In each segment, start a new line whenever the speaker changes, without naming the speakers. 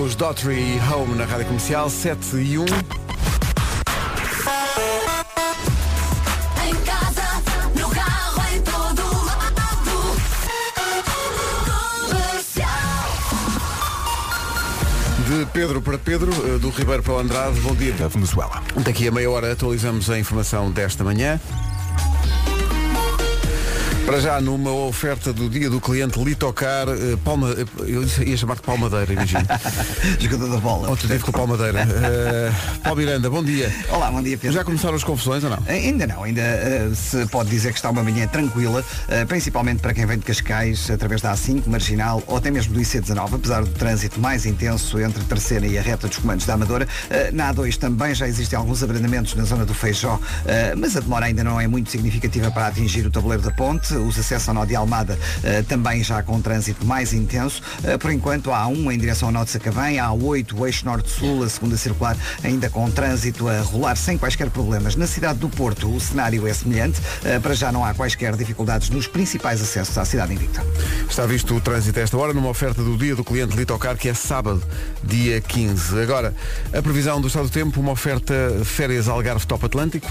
Os Daughtry Home na Rádio Comercial, 7 e 1.
Em casa, no carro, em todo lado. Comercial.
De Pedro para Pedro, eh, do Ribeiro para o Andrade. Bom dia.
da Venezuela.
Daqui a meia hora atualizamos a informação desta manhã. Para já, numa oferta do dia do cliente Litocar, eh, Palma, eh, eu disse- ia chamar-te Palmadeira, imagino.
Jogador da bola.
Outro dia ficou Palmadeira. Eh, Paulo Miranda, bom dia.
Olá, bom dia Pedro.
Já começaram as confusões ou não?
Ainda não, ainda eh, se pode dizer que está uma manhã tranquila, eh, principalmente para quem vem de Cascais, através da A5, Marginal ou até mesmo do IC19, apesar do trânsito mais intenso entre a terceira e a reta dos comandos da Amadora. Eh, na A2 também já existem alguns abrandamentos na zona do Feijó, eh, mas a demora ainda não é muito significativa para atingir o tabuleiro da ponte. Os acessos ao nó de Almada eh, também já com trânsito mais intenso. Eh, por enquanto, há um em direção ao Norte de Sacavém, há oito, o eixo Norte-Sul, a segunda circular ainda com trânsito a rolar sem quaisquer problemas. Na cidade do Porto, o cenário é semelhante. Eh, Para já não há quaisquer dificuldades nos principais acessos à cidade invicta.
Está visto o trânsito a esta hora numa oferta do dia do cliente Litocar, que é sábado, dia 15. Agora, a previsão do estado do tempo, uma oferta férias Algarve Top Atlântico.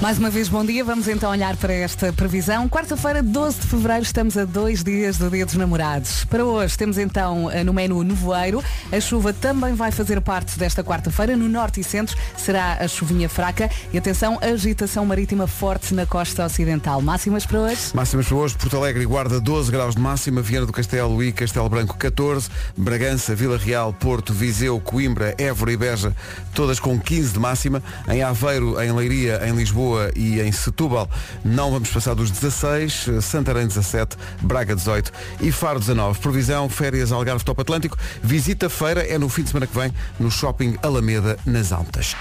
Mais uma vez, bom dia. Vamos então olhar para esta previsão. Quarta-feira, 12 de fevereiro, estamos a dois dias do Dia dos Namorados. Para hoje, temos então eh, no menu nevoeiro. A chuva também vai fazer parte desta quarta-feira. No norte e centro será a chuvinha fraca. E atenção, agitação marítima forte na costa ocidental. Máximas para hoje?
Máximas para hoje, Porto Alegre e Guarda 12 graus de máxima, Viana do Castelo e Castelo Branco 14, Bragança, Vila Real, Porto, Viseu, Coimbra, Évora e Beja, todas com 15 de máxima. Em Aveiro, em Leiria, em Lisboa e em Setúbal não vamos passar dos 16, eh, Santarém 17, Braga 18 e Faro 19. Provisão, férias Algarve Top Atlântico, visita feira é no fim de semana que vem no Shopping Alameda, nas Altas.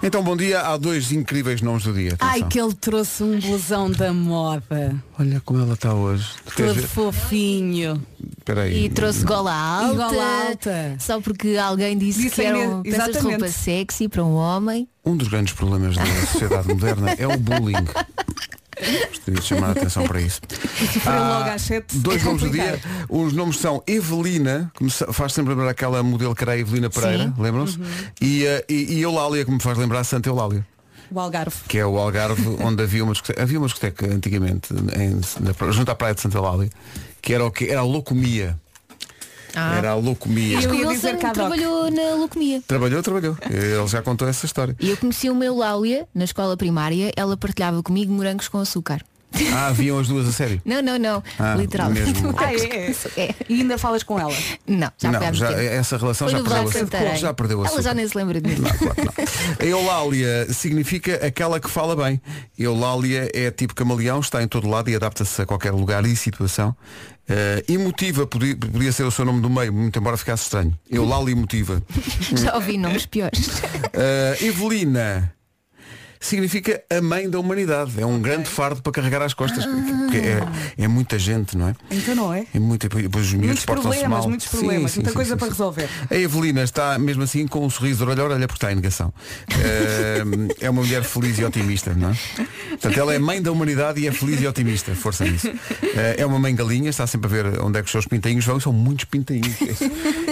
Então, bom dia. Há dois incríveis nomes do dia.
Ai,
Atenção.
que ele trouxe um blusão da moda.
Olha como ela está hoje.
Todo fofinho.
Espera aí.
E trouxe gola alta,
Gola alta.
Só porque alguém disse
Disse
que eram
mesmo,
peças de
exatamente.
roupa sexy para um homem.
Um dos grandes problemas da sociedade moderna é o bullying. Gostaria de chamar a atenção para isso. Ah,
Foi logo às sete.
Dois
É
nomes do
complicado.
dia. Os nomes são Evelina, que me sa- faz sempre lembrar aquela modelo que era Evelina Pereira, lembram-se?
Uhum.
E, eh, e, e Eulália, que me faz lembrar Santa Eulália.
O Algarve.
que é o Algarve, onde havia uma discoteca, havia uma discoteca antigamente, em- na pra- junto à Praia de Santa Lália, que era o que era a Locomia.
Ah.
Era a Locomia.
Eu
O
ia
Wilson
dizer Cadoc.
um trabalhou na leucemia.
Trabalhou, trabalhou. Ele já contou essa história.
E eu conheci uma Eulália na escola primária, ela partilhava comigo morangos com açúcar.
Ah, haviam as duas a sério.
Não, não, não.
Ah,
Literal.
mesmo.
Ah, é?
É.
E ainda falas com ela.
Não, já foi há
não,
muito
já,
tempo.
essa relação
Foi
já
no
perdeu,
Vasco
o açúcar.
Santarém.
já perdeu o açúcar.
Ela já nem se lembra de mim.
Não, claro que não. A Eulália significa aquela que fala bem. Eulália é tipo camaleão, está em todo lado e adapta-se a qualquer lugar e situação. Eh, emotiva podia, podia ser o seu nome do meio, muito embora ficasse estranho. Eulália emotiva.
Já ouvi nomes piores.
Eh, Evelina significa a mãe da humanidade. É um grande fardo para carregar às costas. Porque
Ah.
é, é muita gente, não é?
Então não é?
É muito, e depois os miúdos
Muitos
portam-se
problemas,
mal.
muitos
Sim,
problemas,
sim,
muita
sim,
coisa
sim,
para
sim.
resolver.
A Evelina está mesmo assim com um sorriso de orelha a orelha porque está em negação. Eh, é uma mulher feliz e otimista, não é? Portanto, ela é mãe da humanidade e é feliz e otimista, força nisso. Eh, é uma mãe galinha, está sempre a ver onde é que os seus pintainhos vão, e são muitos pintainhos.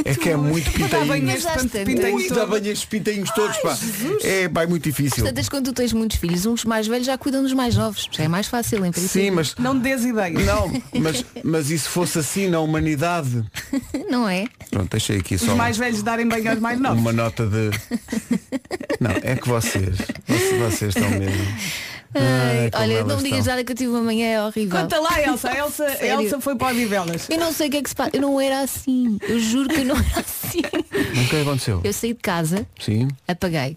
É que é muito pintainho.
Mas às tantas-
pintainho
Ui, dá
todo.
bem estes pintainhos todos, pá. É pá, é muito difícil.
Portanto, quando tu tens muitos filhos, uns mais velhos já cuidam dos mais novos. Já é mais fácil, em princípio.
Sim, mas.
Não dês ideias.
Não, mas, mas e se fosse assim na humanidade?
Não é?
Pronto, deixei aqui
Os
só um
mais velhos darem bem aos mais novos.
uma nota de. Não, é que vocês. Vocês, vocês estão mesmo.
Ai,
Ai, Ah, é como
olha,
elas
não me digas
estão.
nada que eu tive uma manhã é horrível.
Conta lá, Elsa. A Elsa, a
Sério?
Elsa foi para o Odivelas.
Eu não sei o que é que se passa. Eu não era assim. Eu juro que eu não era assim.
O que aconteceu?
Eu saí de casa,
Sim.
apaguei.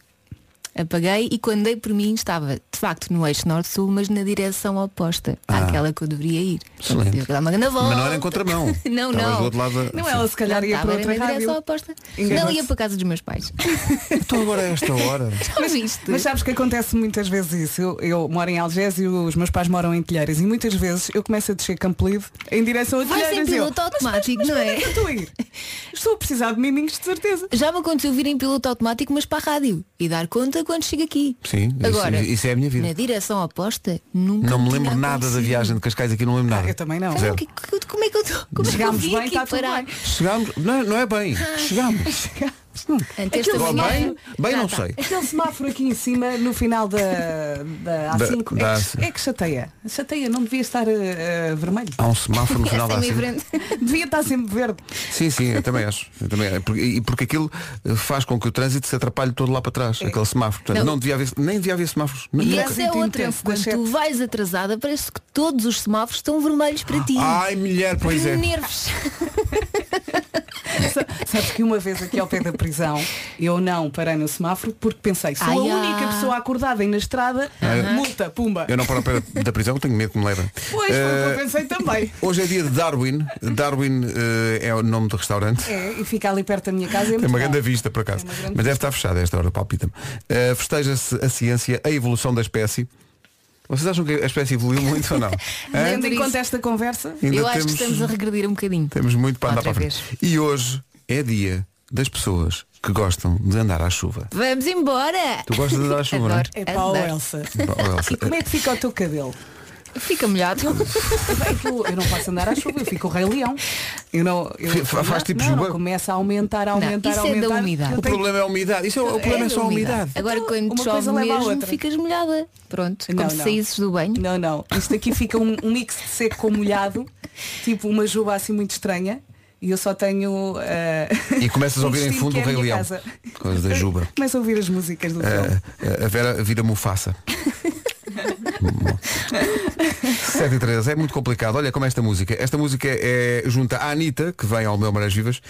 Apaguei e quando dei por mim estava de facto no eixo norte-sul, mas na direção oposta àquela que eu deveria ir.
Ah. Excelente.
Tive que dar uma grande volta.
Mas não era em contramão.
não,
Estavas
não.
do outro lado.
Não,
Sim.
ela se calhar ia para
Estava
outra
na direção
rádio.
oposta. Não
Enganou-se.
ia para casa dos meus pais.
Então agora é esta hora.
Já viste?
Mas sabes que acontece muitas vezes isso. Eu, eu moro em Algés e os meus pais moram em Telheiras. E muitas vezes eu começo a descer Campolide em direção a
Vai sem
Telheiras. e eu,
piloto automático, não é?
"Onde é que eu estou a ir? Estou a precisar de miminhos, de certeza.
Já me aconteceu vir em piloto automático, mas para a rádio. E dar conta quando chego aqui.
Sim, isso-
Agora, é
isso é a minha vida.
Na direção oposta, nunca.
Não me
tinha
lembro nada da
acontecido.
viagem de Cascais aqui, Ah, não lembro nada.
Eu também não.
Zero.
Como, que- que- como é que eu tô- como é que eu
Chegámos
vim
bem,
aqui
está tudo
parar?
bem.
Chegámos, não, não é bem,
Ah.
chegámos.
Antes
Aquilo
da
Agora,
Sim,
bem,
manhã-
bem
Ah,
não
tá.
sei.
Aquele semáforo aqui em cima, no final da, da
Da-
A5,
da
é, que,
A5.
é que chateia. Chateia, não devia estar eh, eh, vermelho.
Há um semáforo no final da
Sem-me
assim.
frente.
Devia estar sempre verde.
Sim, sim, eu também acho. Eu também, é porque- e porque aquilo eh, faz com que o trânsito se atrapalhe todo lá para trás, aquele semáforo. Portanto, não.
Não.
devia haver, nem devia haver semáforos. N-
E
nunca.
essa é
Trânsito
outra.
intenso,
Quando
das
tu
sete.
vais atrasada, parece que todos os semáforos estão vermelhos para ti.
Ai, mulher, pois
Que
é.
nervos.
Sa- Sabes que uma vez aqui ao pé da prisão eu não parei no semáforo porque pensei, sou
Ai,
a
ah.
única pessoa acordada e na estrada, multa, pumba.
Ah, é? Eu não paro ao pé da- da prisão, tenho medo que me levem.
Pois, foi o que eu
Eh,
pensei também.
hoje é dia de Darwin. Darwin eh, é o nome do restaurante.
É, e fica ali perto da minha casa. É
Tem
muito
uma
bom.
grande vista, por acaso.
Tem uma grande
Mas deve estar fechada a esta hora, palpita-me. Uh, Festeja-se a ciência, a evolução da espécie. Vocês acham que a espécie evoluiu muito ou não? Eh, Hã?
Tendo em conta esta conversa,
Ainda
Eu acho que
temos,
estamos a regredir um bocadinho.
temos muito para andar
Outra
para a frente. E hoje é dia das pessoas que gostam de andar à chuva.
Vamos embora!
Tu gostas de andar à chuva, não é?
Adoro,
é pau
adoro.
Elsa.
Oh, Elsa,
E como é que fica o teu cabelo?
Fica molhado.
É que eu, eu não posso andar à chuva, eu fico o Rei Leão. Eu não, eu,
Fa- faz
não,
tipo
não, não,
juba.
começa a aumentar,
Não,
a aumentar,
isso é
a
da
aumentar.
umidade.
Eu
O
tenho-
problema é a umidade. Isso é, o problema é, só a umidade.
Agora
Então,
quando
uma
chove
coisa leva à
mesmo,
outra.
ficas molhada. Pronto,
Não,
como
não.
saísses do banho.
Não, não. Isto aqui fica um, um mix de seco com molhado, tipo uma juba assim muito estranha. E eu só tenho. eh,
E começas a
um
ouvir em
destino
fundo
que
o
é a
Rei
minha
Leão.
casa.
Coisa da juba.
Começo a ouvir as músicas do filme.
Uh, uh, a Vera vira Mufasa. 7 e 13, é muito complicado. Olha como é esta música. Esta música é junta à Anitta, que vem ao Meu Marés Vivas,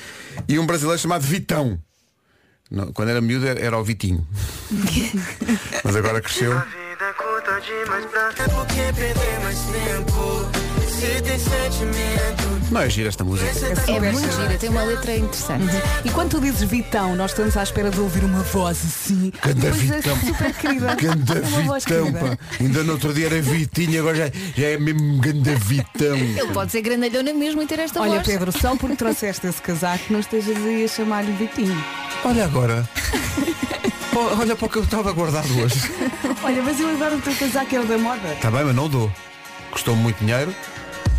e um brasileiro chamado Vitão. Não, quando era miúdo era, era o Vitinho. Mas agora cresceu.
A vida é curta demais pra Por que perder mais tempo? Se tem sentimento
Não é gira esta música.
Esse tá
É muito gira, tem uma letra interessante.
E quando tu dizes Vitão, nós estamos à espera de ouvir uma voz assim.
Ganda
Pois é,
Vitão.
super querida.
Ganda
É uma voz
Vitão, pá.
querida.
Ainda no outro dia era Vitinho, agora já, já é mesmo Ganda Vitão.
Ele pode ser grandalhona mesmo e ter esta
Olha
voz.
Pedro, só porque trouxeste esse casaco não estejas aí a chamar-lhe Vitinho.
Olha agora. O- Olha para o que eu estava guardado hoje.
Olha, mas eu adoro o teu casaco, é o da moda.
Está Tá bem, mas não dou. Custou muito dinheiro.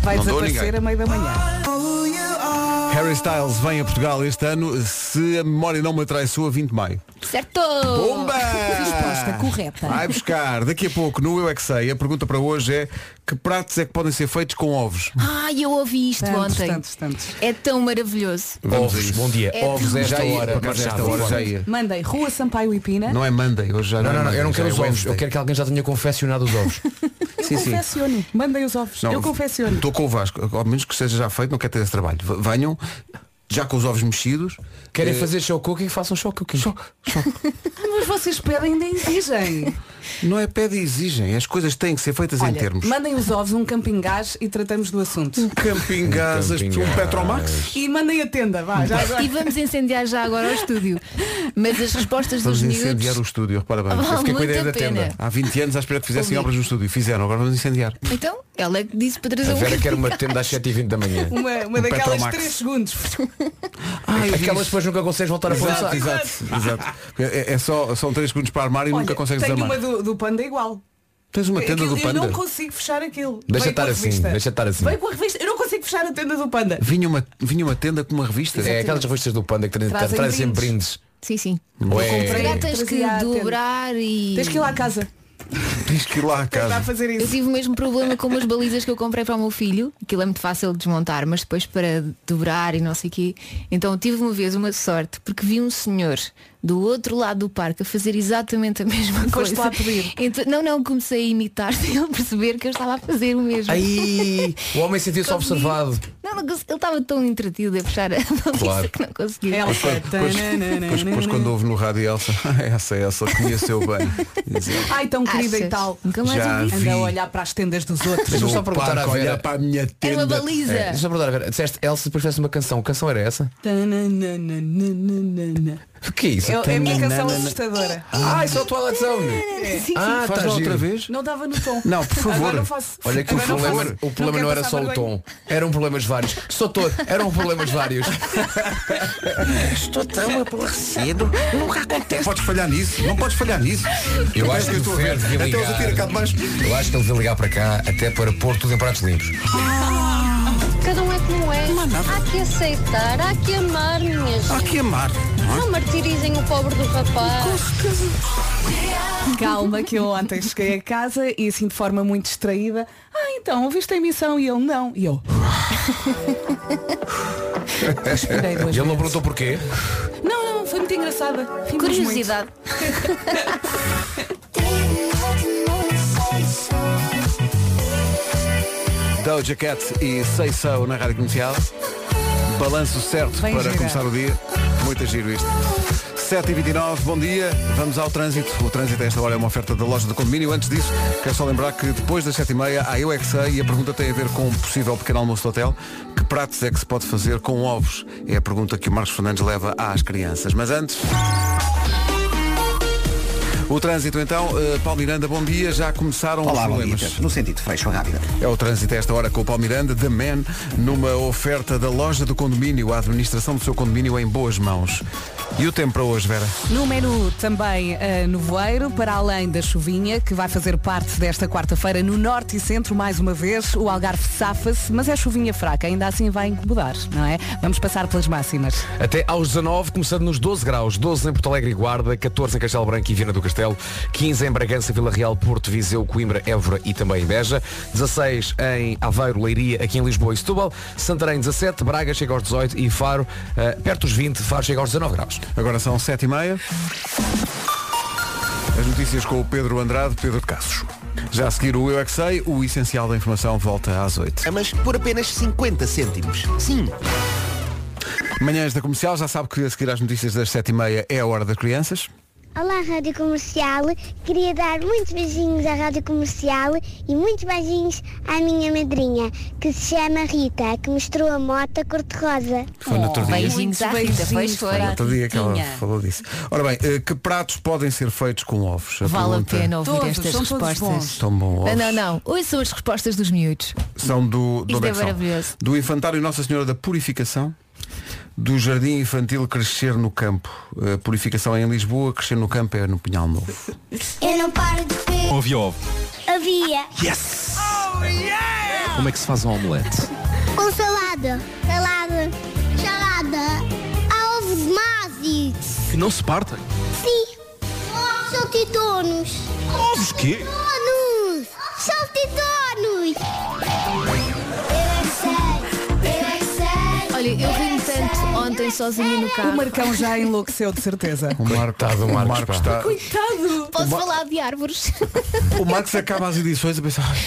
Vai
Não dou a
desaparecer
ninguém.
a meio da manhã.
Ah,
Harry Styles vem a Portugal este ano, se a memória não me traiçoa, 20 de maio.
Certo!
Bomba!
Oh. Resposta correta.
Vai buscar. Daqui a pouco, no Eu É Que Sei, a pergunta para hoje é que pratos é que podem ser feitos com ovos?
Ai, eu ouvi isto
Tantos,
ontem.
tantos, tantos.
É tão maravilhoso.
Vamos a
ovos,
isso.
bom dia.
É
ovos
tudo.
esta
Já ia,
hora.
por acaso, esta
marchava.
hora já ia.
Mandei Rua Sampaio e Pina.
Não é Monday, hoje já é
Não, não, é não, eu não quero os ovos. Eu
Eu
quero que alguém já tenha confeccionado os ovos.
eu
sim, sim.
confecciono. Mandei os ovos. eu confecciono.
Estou com o Vasco, ao menos que seja já feito, não quero ter esse trabalho. V- Venham, já com os ovos mexidos.
Querem
Eh,
fazer show cooking? Façam show cooking.
Ah, Mas vocês pedem nem exigem.
Não é pede e exigem, as coisas têm que ser feitas em
Olha,
termos.
mandem os ovos, um camping gás e tratamos do assunto.
Camping
gás,
gás, um
camping
Petromax.
E mandem a tenda, vá, já agora.
E vamos incendiar já agora o estúdio. Mas as respostas dos
Vamos incendiar o
miúdos.
estúdio, repara bem.
Vale
Eu fiquei com a
muito
ideia da
a pena.
tenda. Há 20 anos à espera que fizessem
Ouvi.
obras no estúdio. Fizeram, agora vamos incendiar.
Então, ela é que disse para
A
trazer
Vera
um
quer uma tenda às 7h20 da manhã.
Uma, uma
Um
daquelas
Petromax.
3 segundos.
Aquelas depois nunca consegues voltar a
Exato,
pensar.
exato, exato. É, é só, são 3 segundos para armar e nunca
Olha,
consegues
tenho
desarmar.
uma do, do panda igual.
Tens uma tenda
Aquilo-
do
Eu
panda.
não consigo fechar aquilo.
Deixa
Veio com a
estar assim,
revista.
deixa estar assim.
Veio com a revista. Eu não consigo fechar a tenda do panda.
Vinha uma, vinha uma tenda com uma revista.
É aquelas revistas do Panda que tra- tra-
Trazem
trazem sempre
brindes.
brindes.
Sim, sim.
Ou
Se
é
calhar tens que
Trazia a tenda.
dobrar e.
Tens que ir lá à casa.
Tens que ir lá a
Tentar
casa.
fazer
Eu
isso.
tive o mesmo problema com umas balizas que eu comprei para o meu filho. Aquilo é muito fácil de desmontar, mas depois para dobrar e não sei o quê. Então tive uma vez uma sorte, porque vi um senhor do outro lado do parque a fazer exatamente a mesma
foste
coisa.
lá pedir.
Então- não, não, comecei a imitar sem ele perceber que eu estava a fazer o mesmo.
Aí o homem sentiu-se
Consegui.
observado.
Não, não consegui- ele estava tão entretido a puxar a baliza
Claro.
que não conseguia.
Ela
Depois, depois, depois quando ouve no rádio Elsa, essa, essa, conheceu bem.
Ai, tão querida é e
Achas?
tal.
Nunca mais
Já
ouvi.
vi.
Anda a olhar para as tendas dos outros.
Deixa-me só
No
perguntar
parque,
à Vera.
olhar para a minha
É
tenda.
uma baliza.
Deixa-me perguntar, a ver, disseste Elsa depois fizesse uma canção. Que canção era essa?
Tananana.
O que é isso?
Eu- é a minha canção
Tananana.
assustadora.
Ah, isso é o Twilight Zone.
Sim,
Ah,
Faz
tá
lá
giro.
outra vez.
Não dava no tom.
Não, por favor.
Agora não faço.
Ah, Olha que o
Agora não
problema,
faço.
o problema
quero
não era
passar
só o
vergonha.
tom, eram problemas vários. Sou todo, eram problemas vários.
Estou tão aborrecido. Nunca acontece. Podes falhar nisso. Não podes falhar nisso.
Eu acho que
Então
o
eu estou a ver.
governo devia
Até os
ligar.
atira cá de baixo.
Eu acho que ele devia ligar para cá até para pôr tudo em pratos limpos.
Cada um é como é. Há que aceitar, há que amar mesmo.
Há que amar.
Não martirizem o pobre do rapaz.
Calma que eu ontem cheguei a casa e assim de forma muito distraída. Ah, então, ouviste a emissão e ele não. E eu. Esperei duas
E ele não
vezes.
perguntou porquê.
Não, não, foi muito engraçada. Rimos
Curiosidade.
Doja Cat e Sei So na Rádio Comercial. Balanço certo
Bem
para
gira.
começar o dia. Muito giro isto. 7h29, bom dia. Vamos ao trânsito. O trânsito a esta hora é uma oferta da loja do condomínio. Antes disso, quero só lembrar que depois das 7h30 há Eu É Que Sei e a pergunta tem a ver com um possível pequeno almoço de hotel. Que pratos é que se pode fazer com ovos? É a pergunta que o Marcos Fernandes leva às crianças. Mas antes... O trânsito então, eh, Paulo Miranda, bom dia, já começaram os
Olá, bom dia.
problemas.
Pedro. No sentido de fecho rápida.
É o trânsito a esta hora com o Palmiranda, The Man, numa oferta da loja do condomínio, a administração do seu condomínio em boas mãos. E o tempo para hoje, Vera?
No menu também eh, nevoeiro, para além da chuvinha, que vai fazer parte desta quarta-feira no norte e centro, mais uma vez. O Algarve safa-se, mas é chuvinha fraca, ainda assim vai incomodar, não é? Vamos passar pelas máximas.
Até aos 19, começando nos 12 graus. 12 em Porto Alegre e Guarda, 14 em Castelo Branco e Viana do Castelo, 15 em Bragança, Vila Real, Porto, Viseu, Coimbra, Évora e também em Beja, 16 em Aveiro, Leiria, aqui em Lisboa e Setúbal, Santarém 17, Braga chega aos 18 e Faro, eh, perto dos 20, Faro chega aos 19 graus.
Agora são 7h30. As notícias com o Pedro Andrade, Pedro de Cassos. Já a seguir o Eu é Que Sei, o essencial da informação volta às 8.
Mas por apenas 50 cêntimos. Sim.
Manhãs da Comercial, já sabe que a seguir às notícias das 7h30 é a hora das crianças.
Olá, Rádio Comercial. Queria dar muitos beijinhos à Rádio Comercial e muitos beijinhos à minha madrinha, que se chama Rita, que mostrou a moto cor-de-rosa.
Foi no
Oh,
outro dia.
Beijinhos à Rita, pois foi.
No outro dia que ela falou disso. Ora bem, eh, que pratos podem ser feitos com ovos? A
Vale a
pergunta- é
pena ouvir
Todos,
estas
são todos
respostas.
Tão bom, ovos.
Não, não, não. Hoje são as respostas dos miúdos.
são do do,
Isto
onde
é
que são?
maravilhoso.
do infantário Nossa Senhora da Purificação do Jardim Infantil Crescer no Campo A Purificação é em Lisboa Crescer no Campo é no Pinhal Novo
Eu não paro de ver.
Ouve ovo.
Havia
Como é que se faz um omelete?
com Um salada, salada, salada, há ovos mágicos.
Que não se partem.
Sim. Saltitonos.
Ovos quê?
Saltitonos. Saltitonos. Eu é que sei. Eu é que sei.
Olha, eu ri tanto ontem sozinha no
O
carro.
Marcão já enlouqueceu, de certeza.
o Marco, o Marcos, está
Coitado!
Posso falar de árvores?
o Marcos acaba as edições a pensar "Ai,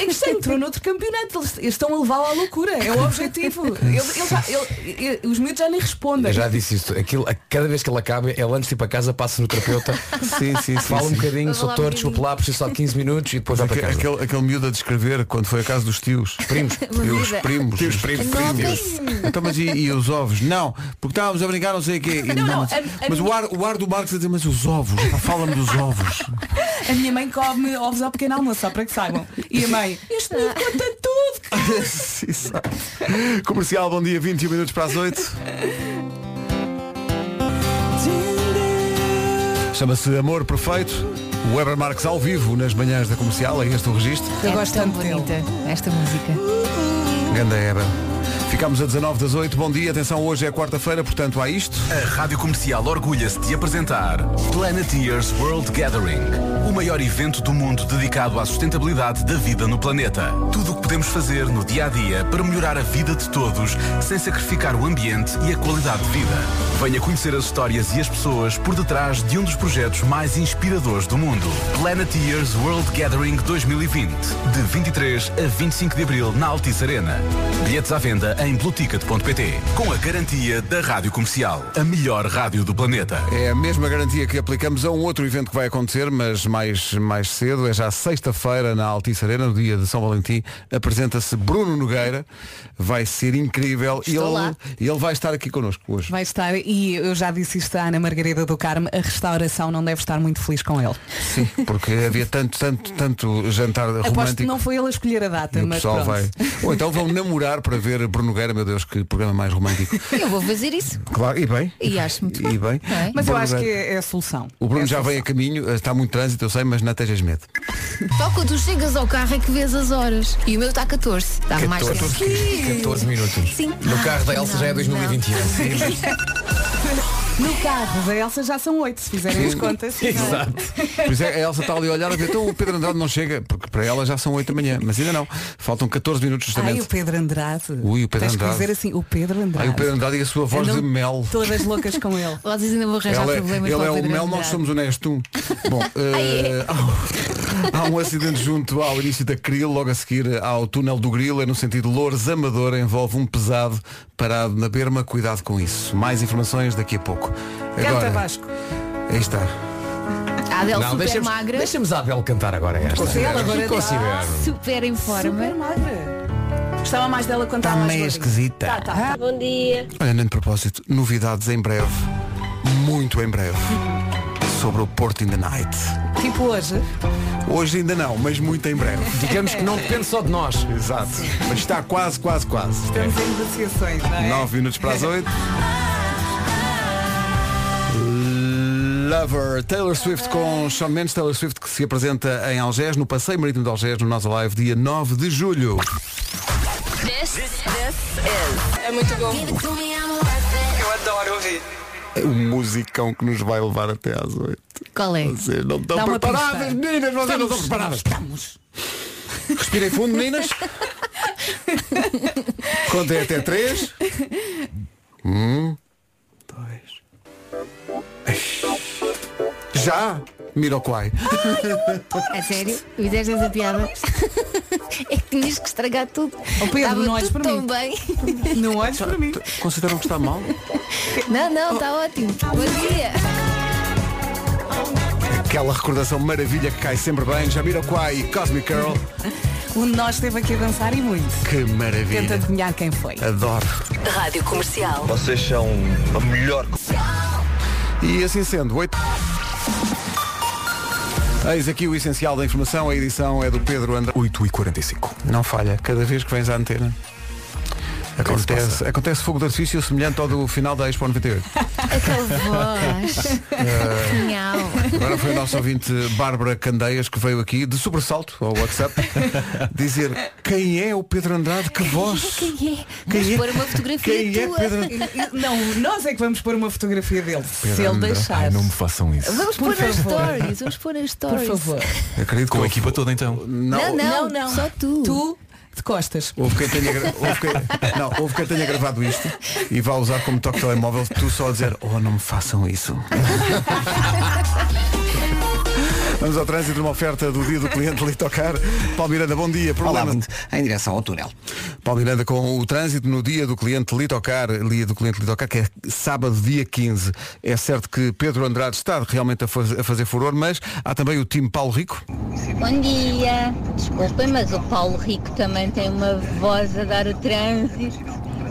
É que isto entrou noutro campeonato. Eles eles estão a levá-lo à loucura. É o objetivo. Ele- ele já- ele- ele- os miúdos já nem
é
respondem.
Eu já disse isto, aquilo, a cada vez que ele acaba, ele antes de ir para casa, passa no terapeuta,
sim, sim, sim,
fala um
sim.
bocadinho,
Vou
sou
lá um
torto,
bocadinho.
chupo lá, preciso só de 15 minutos e depois vai para
Aque-
casa.
aquele, aquele miúdo a descrever quando foi a casa dos tios primos
Uma
os
vida.
primos tios, primos, Então, mas e, e os ovos não porque estávamos a brincar não sei o quê E
Não, não,
mas
a- a
mas o,
minha-
ar, o ar do Marcos a dizer mas os ovos pá, fala-me dos ovos
A minha mãe come ovos ao pequeno almoço, só para que saibam. E a mãe, este miúdo conta tudo.
Sim, sabe. Comercial, bom dia, 21 minutos para as 8. Chama-se Amor Perfeito. O Weber Marques ao vivo nas manhãs da comercial, é este o registro.
Eu
é
gosto
tão
tanto dele.
bonita esta música.
Ganda Weber. Ficamos a 19 das 8, bom dia, atenção, hoje é quarta-feira, portanto há isto.
A Rádio Comercial orgulha-se de apresentar Planeteers World Gathering, o maior evento do mundo dedicado à sustentabilidade da vida no planeta. Tudo o que podemos fazer no dia a dia para melhorar a vida de todos sem sacrificar o ambiente e a qualidade de vida. Venha conhecer as histórias e as pessoas por detrás de um dos projetos mais inspiradores do mundo. Planeteers World Gathering 2020, de 23 a 25 de abril na Altice Arena. Bilhetes à venda venda em blueticket.pt. Com a garantia da Rádio Comercial, a melhor rádio do planeta.
É a mesma garantia que aplicamos a um outro evento que vai acontecer, mas mais, mais cedo, é já sexta-feira na Altice Arena, no dia de São Valentim, apresenta-se Bruno Nogueira, vai ser incrível e
Estou
ele,
lá.
e ele vai estar aqui connosco hoje.
Vai estar, e eu já disse isto à Ana Margarida do Carmo, a restauração não deve estar muito feliz com ele.
Sim, porque havia tanto, tanto, tanto jantar
Aposto que
romântico.
não foi ele a escolher a data,
E o
mas
pessoal
pronto.
vai. Ou então vão namorar para ver Bruno Nogueira, meu Deus, que programa mais romântico.
Eu vou fazer isso.
Claro, e bem.
E acho muito
E
bem.
bem.
Não é?
Mas eu
Bruno
acho que
Nogueira.
é a solução.
O Bruno
É a
já vem a caminho, está muito trânsito, eu sei, mas não tejas medo.
Só quando tu chegas ao carro é que vês as horas. E o meu está 14. Está mais que
14 minutos.
Sim.
No carro da Elsa
Não,
já é 2021.
solução. No carro da Elsa já são oito, se fizerem as contas.
Por isso é, a Elsa está ali a olhar a ver, então o Pedro Andrade não chega, porque para ela já são 8 da manhã, mas ainda não. Faltam 14 minutos
Ai,
justamente.
o Pedro Andrade.
Ui, o Pedro
Tens
Andrade.
que dizer assim, o Pedro Andrade.
Ai, o Pedro Andrade e a sua voz
Andam
de mel.
Todas loucas com ele.
Vocês ainda vão arranjar
Ela é-
problemas
ele
com
é o
Pedro
mel, nós
Andrade.
somos o Nesto. Bom,
é.
eh, há, um acidente junto ao início da Cril, logo a seguir ao túnel do Grilo, é no sentido Loures Amador, envolve um pesado parado na berma, cuidado com isso. Mais informações daqui a pouco.
Canta Vasco.
aí está.
A Adele
Não,
super
deixamos,
magra.
deixamos a Adele cantar agora esta.
Ela agora está
Considero.
Super em forma.
super magra. Gostava mais dela quando estava mais
meio
gordinha.
esquisita.
Tá, tá, tá.
Bom dia.
Olha, nem de propósito, novidades em breve, muito em breve, sobre o Porto in the Night.
Tipo hoje,
Hoje ainda não, mas muito em breve.
Digamos que não depende só de nós.
Exato. Mas está quase, quase, quase.
estamos em negociações, não é?
9 minutos para as 8. Lover, Taylor Swift com Shawn Mendes, Taylor Swift que se apresenta em Algés, no Passeio Marítimo de Algés, no nosso live, dia 9 de julho.
É muito bom.
Give it to me, I'm worth it.
Eu adoro ouvir.
É O musicão que nos vai levar até às 8.
Qual é?
Vocês não estão
Dá uma
preparadas,
pista.
meninas, vocês não estão preparadas. Estamos. Respirem fundo, meninas. Contem até Um, 3. 1, 2. Já? Miroquai.
É sério? Fizeste essa piada? é que tinhas que estragar tudo.
Oh, Pedro,
Estava
não olhes
tudo
para
tão
mim.
bem.
Não olhes para mim.
Consideram que está mal?
Não, não, está ótimo. Bom dia.
Aquela recordação maravilha que cai sempre bem. Já Miroquai e Cosmic Girl.
Um de nós esteve aqui a dançar e muito.
Que
Tenta
maravilha.
adivinhar quem foi.
Adoro.
Rádio Comercial.
Vocês são a melhor.
E assim sendo, 8. Eis aqui o essencial da informação, a edição é do Pedro André.
8 e 45
Não falha, cada vez que vens à antena. Acontece,
passa?
acontece fogo de artifício semelhante ao do final da Expo 98.
Aquela voz. Genial.
Agora foi o nosso ouvinte Bárbara Candeias que veio aqui de sobressalto ao WhatsApp dizer quem é o Pedro Andrade, que voz.
Quem é?
Quem
Vamos
é?
pôr uma fotografia
Quem é
tua.
Pedro
E- e- Não, nós é que vamos pôr uma fotografia dele, se ele deixar.
Ai, não me façam isso.
Vamos
Por
pôr nas
favor.
stories. Vamos pôr nas
Por
stories.
favor.
Acredito que
Com a
houve,
equipa toda então.
Não, não,
Não, não.
Só tu.
Tu Hum. de costas.
houve quem tenha, gra- houve quem- não, houve quem tenha gravado isto e vá usar como toque telemóvel tu só a dizer oh não me façam isso. Vamos ao trânsito numa oferta do dia do cliente Litocar. Paulo Miranda, bom dia.
Olá,
Problema,
muito. Em direção ao túnel.
Paulo Miranda com o trânsito no dia do cliente Litocar, dia do cliente Litocar, que é sábado, dia 15. É certo que Pedro Andrade está realmente a, faz- a fazer furor, mas há também o time Paulo Rico.
Bom dia. Desculpem, mas o Paulo Rico também tem uma voz a dar o trânsito.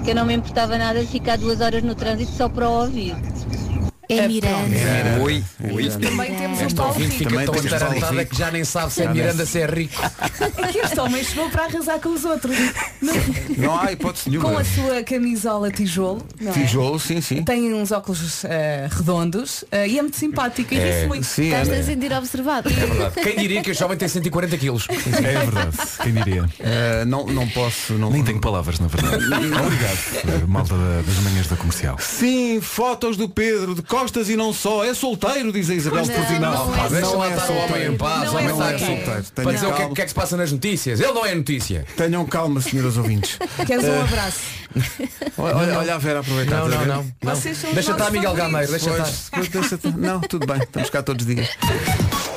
Que eu não me importava nada de ficar duas horas no trânsito só para ouvir.
É Miranda.
Oi, oi.
Também temos um
Este
Paulo
ouvinte
Rico.
fica
Também
tão
temos Paulo
atarantada
Rico.
que já nem sabe se é Miranda, se é rico.
Que este homem chegou para arrasar com os outros. Não-
Não há hipótese
com
nenhuma.
a sua camisola tijolo. não é?
Tijolo, sim, sim.
Tem uns óculos eh, redondos eh, e é muito simpático. E ri-se muito.
Sim,
Estás
é.
a sentir observado.
Quem diria que o jovem tem 140 quilos?
É verdade, quem diria?
Eh, não, não posso. Não...
Nem tenho palavras, na verdade. Obrigado, eh, malta da- das manhãs da comercial.
Sim, fotos do Pedro, de costas e não só. É solteiro, diz a Isabel
Não,
Portinal.
não é
Pá, deixa
Não
lá
é
estar
só o homem em paz,
Não
o homem
é
está
solteiro.
aqui
Solteiro.
para
Tenham
dizer o que, é-
calma.
o que é que se passa nas notícias. Ele não é notícia.
Tenham calma, senhora aos ouvintes.
Queres um abraço?
Olha, olha, olha a Vera aproveitar.
Não,
estás a
não,
ver?
não, não. Vocês são os Deixa nossos estar, Miguel favoritos. Gameiro, deixa
Pois, deixa- Não, tudo bem, estamos cá todos os dias.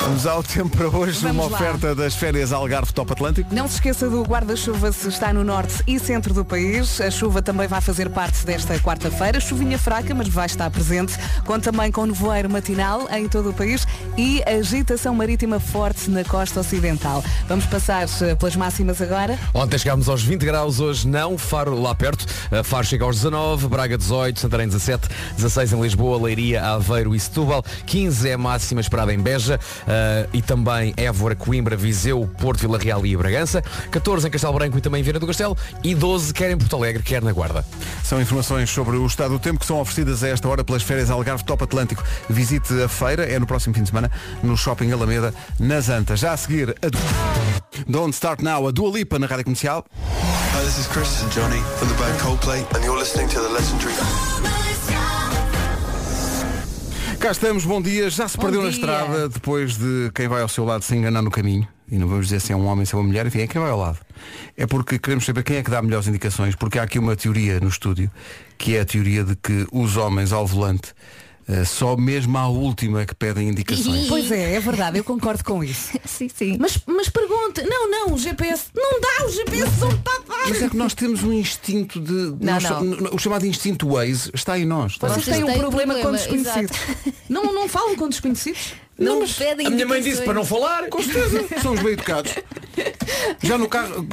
Vamos ao tempo para hoje,
Vamos
uma
lá.
oferta das férias Algarve Top Atlântico.
Não se esqueça do guarda-chuva se está no norte e centro do país. A chuva também vai fazer parte desta quarta-feira. Chuvinha fraca, mas vai estar presente. Conta também com nevoeiro matinal em todo o país e agitação marítima forte na costa ocidental. Vamos passar eh, pelas máximas agora.
Ontem chegámos aos 20 graus, hoje não, Faro lá perto, a Faro chega aos 19, Braga 18, Santarém 17, 16 em Lisboa, Leiria, Aveiro e Setúbal, 15 é a máxima esperada em Beja eh, e também Évora, Coimbra, Viseu, Porto, Vila Real e Bragança, 14 em Castelo Branco e também em Viana do Castelo e 12 quer em Porto Alegre, quer na Guarda.
São informações sobre o estado do tempo que são oferecidas a esta hora pelas férias Algarve Top Atlântico. Visite a feira, é no próximo fim de semana, no Shopping Alameda, nas Antas. Já a seguir, a... Du- Don't Start Now, a Dua Lipa na Rádio Comercial.
Hi, this is Chris and Johnny from the band Coldplay, and you're listening to the legendary.
Cá estamos, bom dia. Já se
Bom
perdeu na
dia.
estrada depois de quem vai ao seu lado se enganar no caminho. E não vamos dizer se é um homem, se é uma mulher, enfim, é quem vai ao lado. É porque queremos saber quem é que dá melhores indicações, porque há aqui uma teoria no estúdio, que é a teoria de que os homens ao volante eh, só mesmo à última é que pedem indicações.
Pois é, é verdade, eu concordo com isso.
sim, sim.
Mas, mas pergunta, não, não, o GPS, não dá, o GPS não está a dar.
Mas é que nós temos um instinto de.
Não,
Nós-
não.
O chamado instinto Waze está em nós. está em
Vocês
nós.
têm um problema, com
problema,
desconhecidos. Não, não falam com desconhecidos.
Não, me
um
pedem indicações.
falar. Com certeza. Somos bem educados. Já no carro,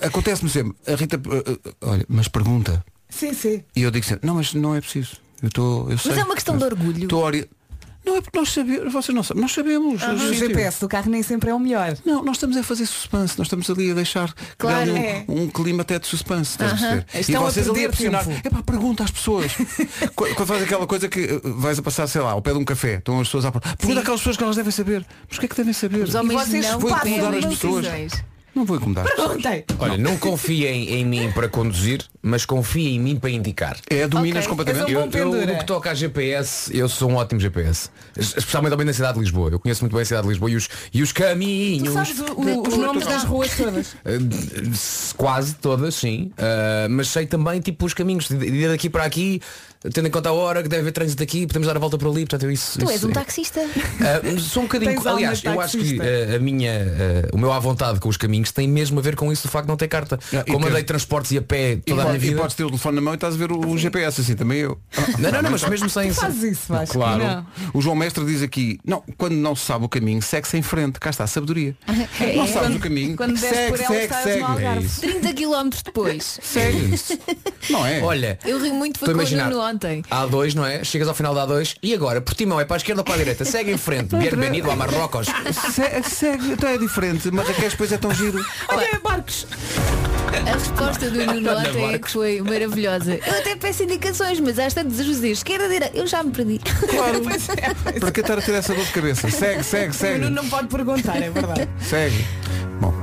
eh, acontece-me sempre. A Rita, eh, eh, olha, mas pergunta.
Sim, sim.
E eu digo sempre, não, mas não é preciso. Eu estou. Eu sei.
é uma questão de orgulho.
Estou a ori- Não é porque nós sabemos, vocês não sabem, nós sabemos.
Ah,
o
o
sítio.
GPS do carro nem sempre é o melhor.
Não, nós estamos a fazer suspense, nós estamos ali a deixar que
Claro,
dá-lhe um,
é.
um clima até de suspense, estás
Aham.
a perceber?
Estão a
ali
perder
pressionar.
tempo.
É pá, pergunta às pessoas. Qu- Quando faz aquela coisa que eh, vais a passar, sei lá, ao pé de um café, estão as pessoas à porta. Pergunta àquelas pessoas que elas devem saber. Mas o que é que devem saber?
Os homens
vocês
não
vou
passam
incomodar as
decisões.
pessoas. Não vou incomodar. as pessoas.
Perguntem.
Olha, não confiem em mim para conduzir, mas confiem em mim para indicar.
É, dominas Ok. completamente. És um
Eu,
bom
eu,
pendura.
no
né?
que toca a GPS, eu sou um ótimo GPS. Es- Especialmente também na cidade de Lisboa. Eu conheço muito bem a cidade de Lisboa e os, e os caminhos.
Tu sabes o- o- os nomes das ruas todas.
Eh, d- s- Quase todas, sim. Ah, mas sei também tipo os caminhos de de ir daqui para aqui, tendo em conta a hora que deve haver trânsito aqui, podemos dar a volta para ali, portanto eu isso.
Tu
isso
és um
é-
taxista.
ah, sou um bocadinho.
Tens alma
aliás,
de
eu acho que
taxista.
ah, a minha, ah, o meu à vontade com os caminhos tem mesmo a ver com isso do facto de não ter carta.
e
Como
ter-
andei transportes e a pé
E,
toda a minha
pode- e
vida.
podes ter o telefone na mão e estás a ver o, o GPS assim, também eu.
Não, não, não, mas mesmo sem- Tu fazes
isso, Vasco.
Claro.
Não.
O João Mestre diz aqui, não, quando não se sabe o caminho, segue-se em frente. Cá está a sabedoria.
É,
não
é.
sabes o caminho.
Quando
segue,
desce por ela
segue,
estás
segue.
no
É
Algarve.
isso.
30 km depois.
Não é?
Olha,
Eu ri muito foi
Estou a
com o
imaginar.
Nuno ontem.
A2, não é? Chegas ao final da A2 e agora, Portimão é para a esquerda ou para a direita? Segue em frente, bienvenido a Marrocos.
Se- segue, então é diferente. Marrakech depois é tão giro.
Olha, Marcos.
A resposta do Nuno
Olha,
ontem é que
Marcos.
foi maravilhosa. Eu até peço indicações, mas às tantas os dias esquerda, direita, eu já me perdi.
Claro. Para que estar a ter essa dor de cabeça? Segue, segue,
Não,
segue.
é, não pode perguntar, é verdade.
Segue. Bom.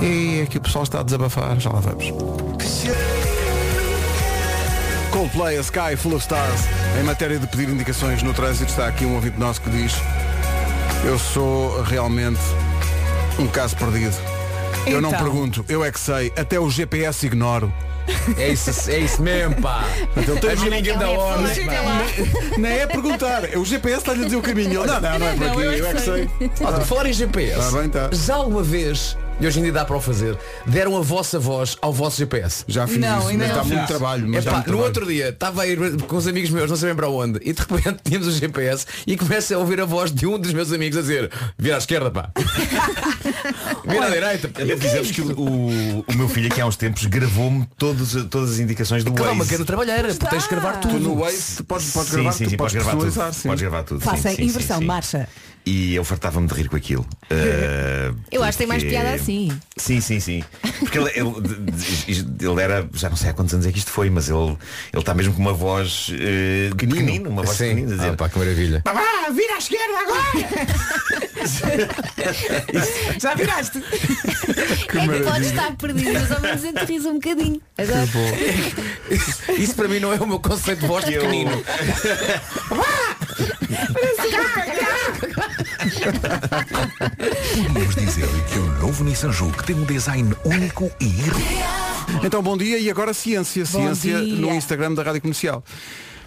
E aqui o pessoal está a desabafar, já lá vamos. Coldplay, a Sky Full of Stars. Em matéria de pedir indicações no trânsito, está aqui um ouvinte nosso que diz eu sou realmente um caso perdido. Eu não
Então.
pergunto, eu é que sei, até o GPS ignoro.
É isso, é isso mesmo, pá.
Ele tem-
A miringa da hora.
Não é perguntar, o GPS está-lhe a dizer o caminho. Ele, Não, não, não é por aqui, eu é que sei.
Ah, por falar em GPS,
Tá bem, tá.
já alguma vez, e hoje em dia dá para o fazer, deram a vossa voz ao vosso GPS?
Já fiz Não, isso, ainda mas dá não. muito trabalho, mas dá muito
no
trabalho.
outro dia, estava a ir com os amigos meus, não sabem para onde, e de repente tínhamos o GPS e começa a ouvir a voz de um dos meus amigos a dizer, vira à esquerda, pá. vira à direita.
Eu devo dizer-vos que o, o meu filho aqui há uns tempos gravou-me todos, todas as indicações do
Que Então dá
Waze.
uma grande trabalheira, porque tens de gravar tudo.
Tu no
Waze podes,
Sim, sim, sim, podes gravar tudo. Podes gravar tudo. sim,
Faça
sim, sim,
inversão,
sim.
marcha.
E eu fartava-me de rir com aquilo. Uh,
Eu acho que tem mais
porque-
piada assim.
Sim, sim, sim. Porque ele, ele- de- de- ele era, já não sei há quantos anos é que isto foi, mas ele ele está mesmo com uma voz uh, de pequenino, uma voz
Sim.
pequenina. a dizer,
Ah, pá, que maravilha.
Babá, vira à esquerda agora! Já viraste?
é que
maravilha.
podes estar perdido, mas ao menos entre ris um bocadinho. Agora.
Isso, isso para mim não é o meu conceito de voz de pequenino.
Vamos dizer que o novo Nissan Juke tem um design único e irre-
Então, bom dia e agora ciência.
Bom
ciência
dia.
no Instagram da Rádio Comercial.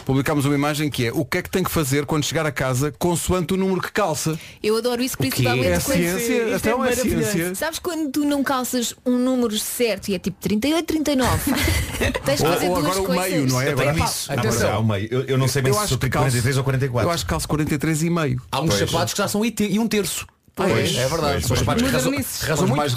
Publicámos uma imagem que é o que é que tem que fazer quando chegar a casa consoante o número que calça.
Eu adoro isso
quê?
principalmente
É
quando...
ciência, Isto então é é ciência. maravilhoso.
Sabes quando tu não calças um número certo e é tipo 38, 39 Tens que
Ou-
fazer
ou
duas
agora o
coisas
meio, não é?
Eu
Agora
tenho
há-
isso.
há-
um,
há o meio. Eu- eu não sei bem se
acho
sou tipo
que calço-
43 ou 44.
Eu acho que calço 43 e meio.
Há uns Pois. sapatos
que já são e um terço.
Pois,
é verdade.
pois, pois.
Os sapatos que razão,
Modernices.
razão
Os
muito.
mais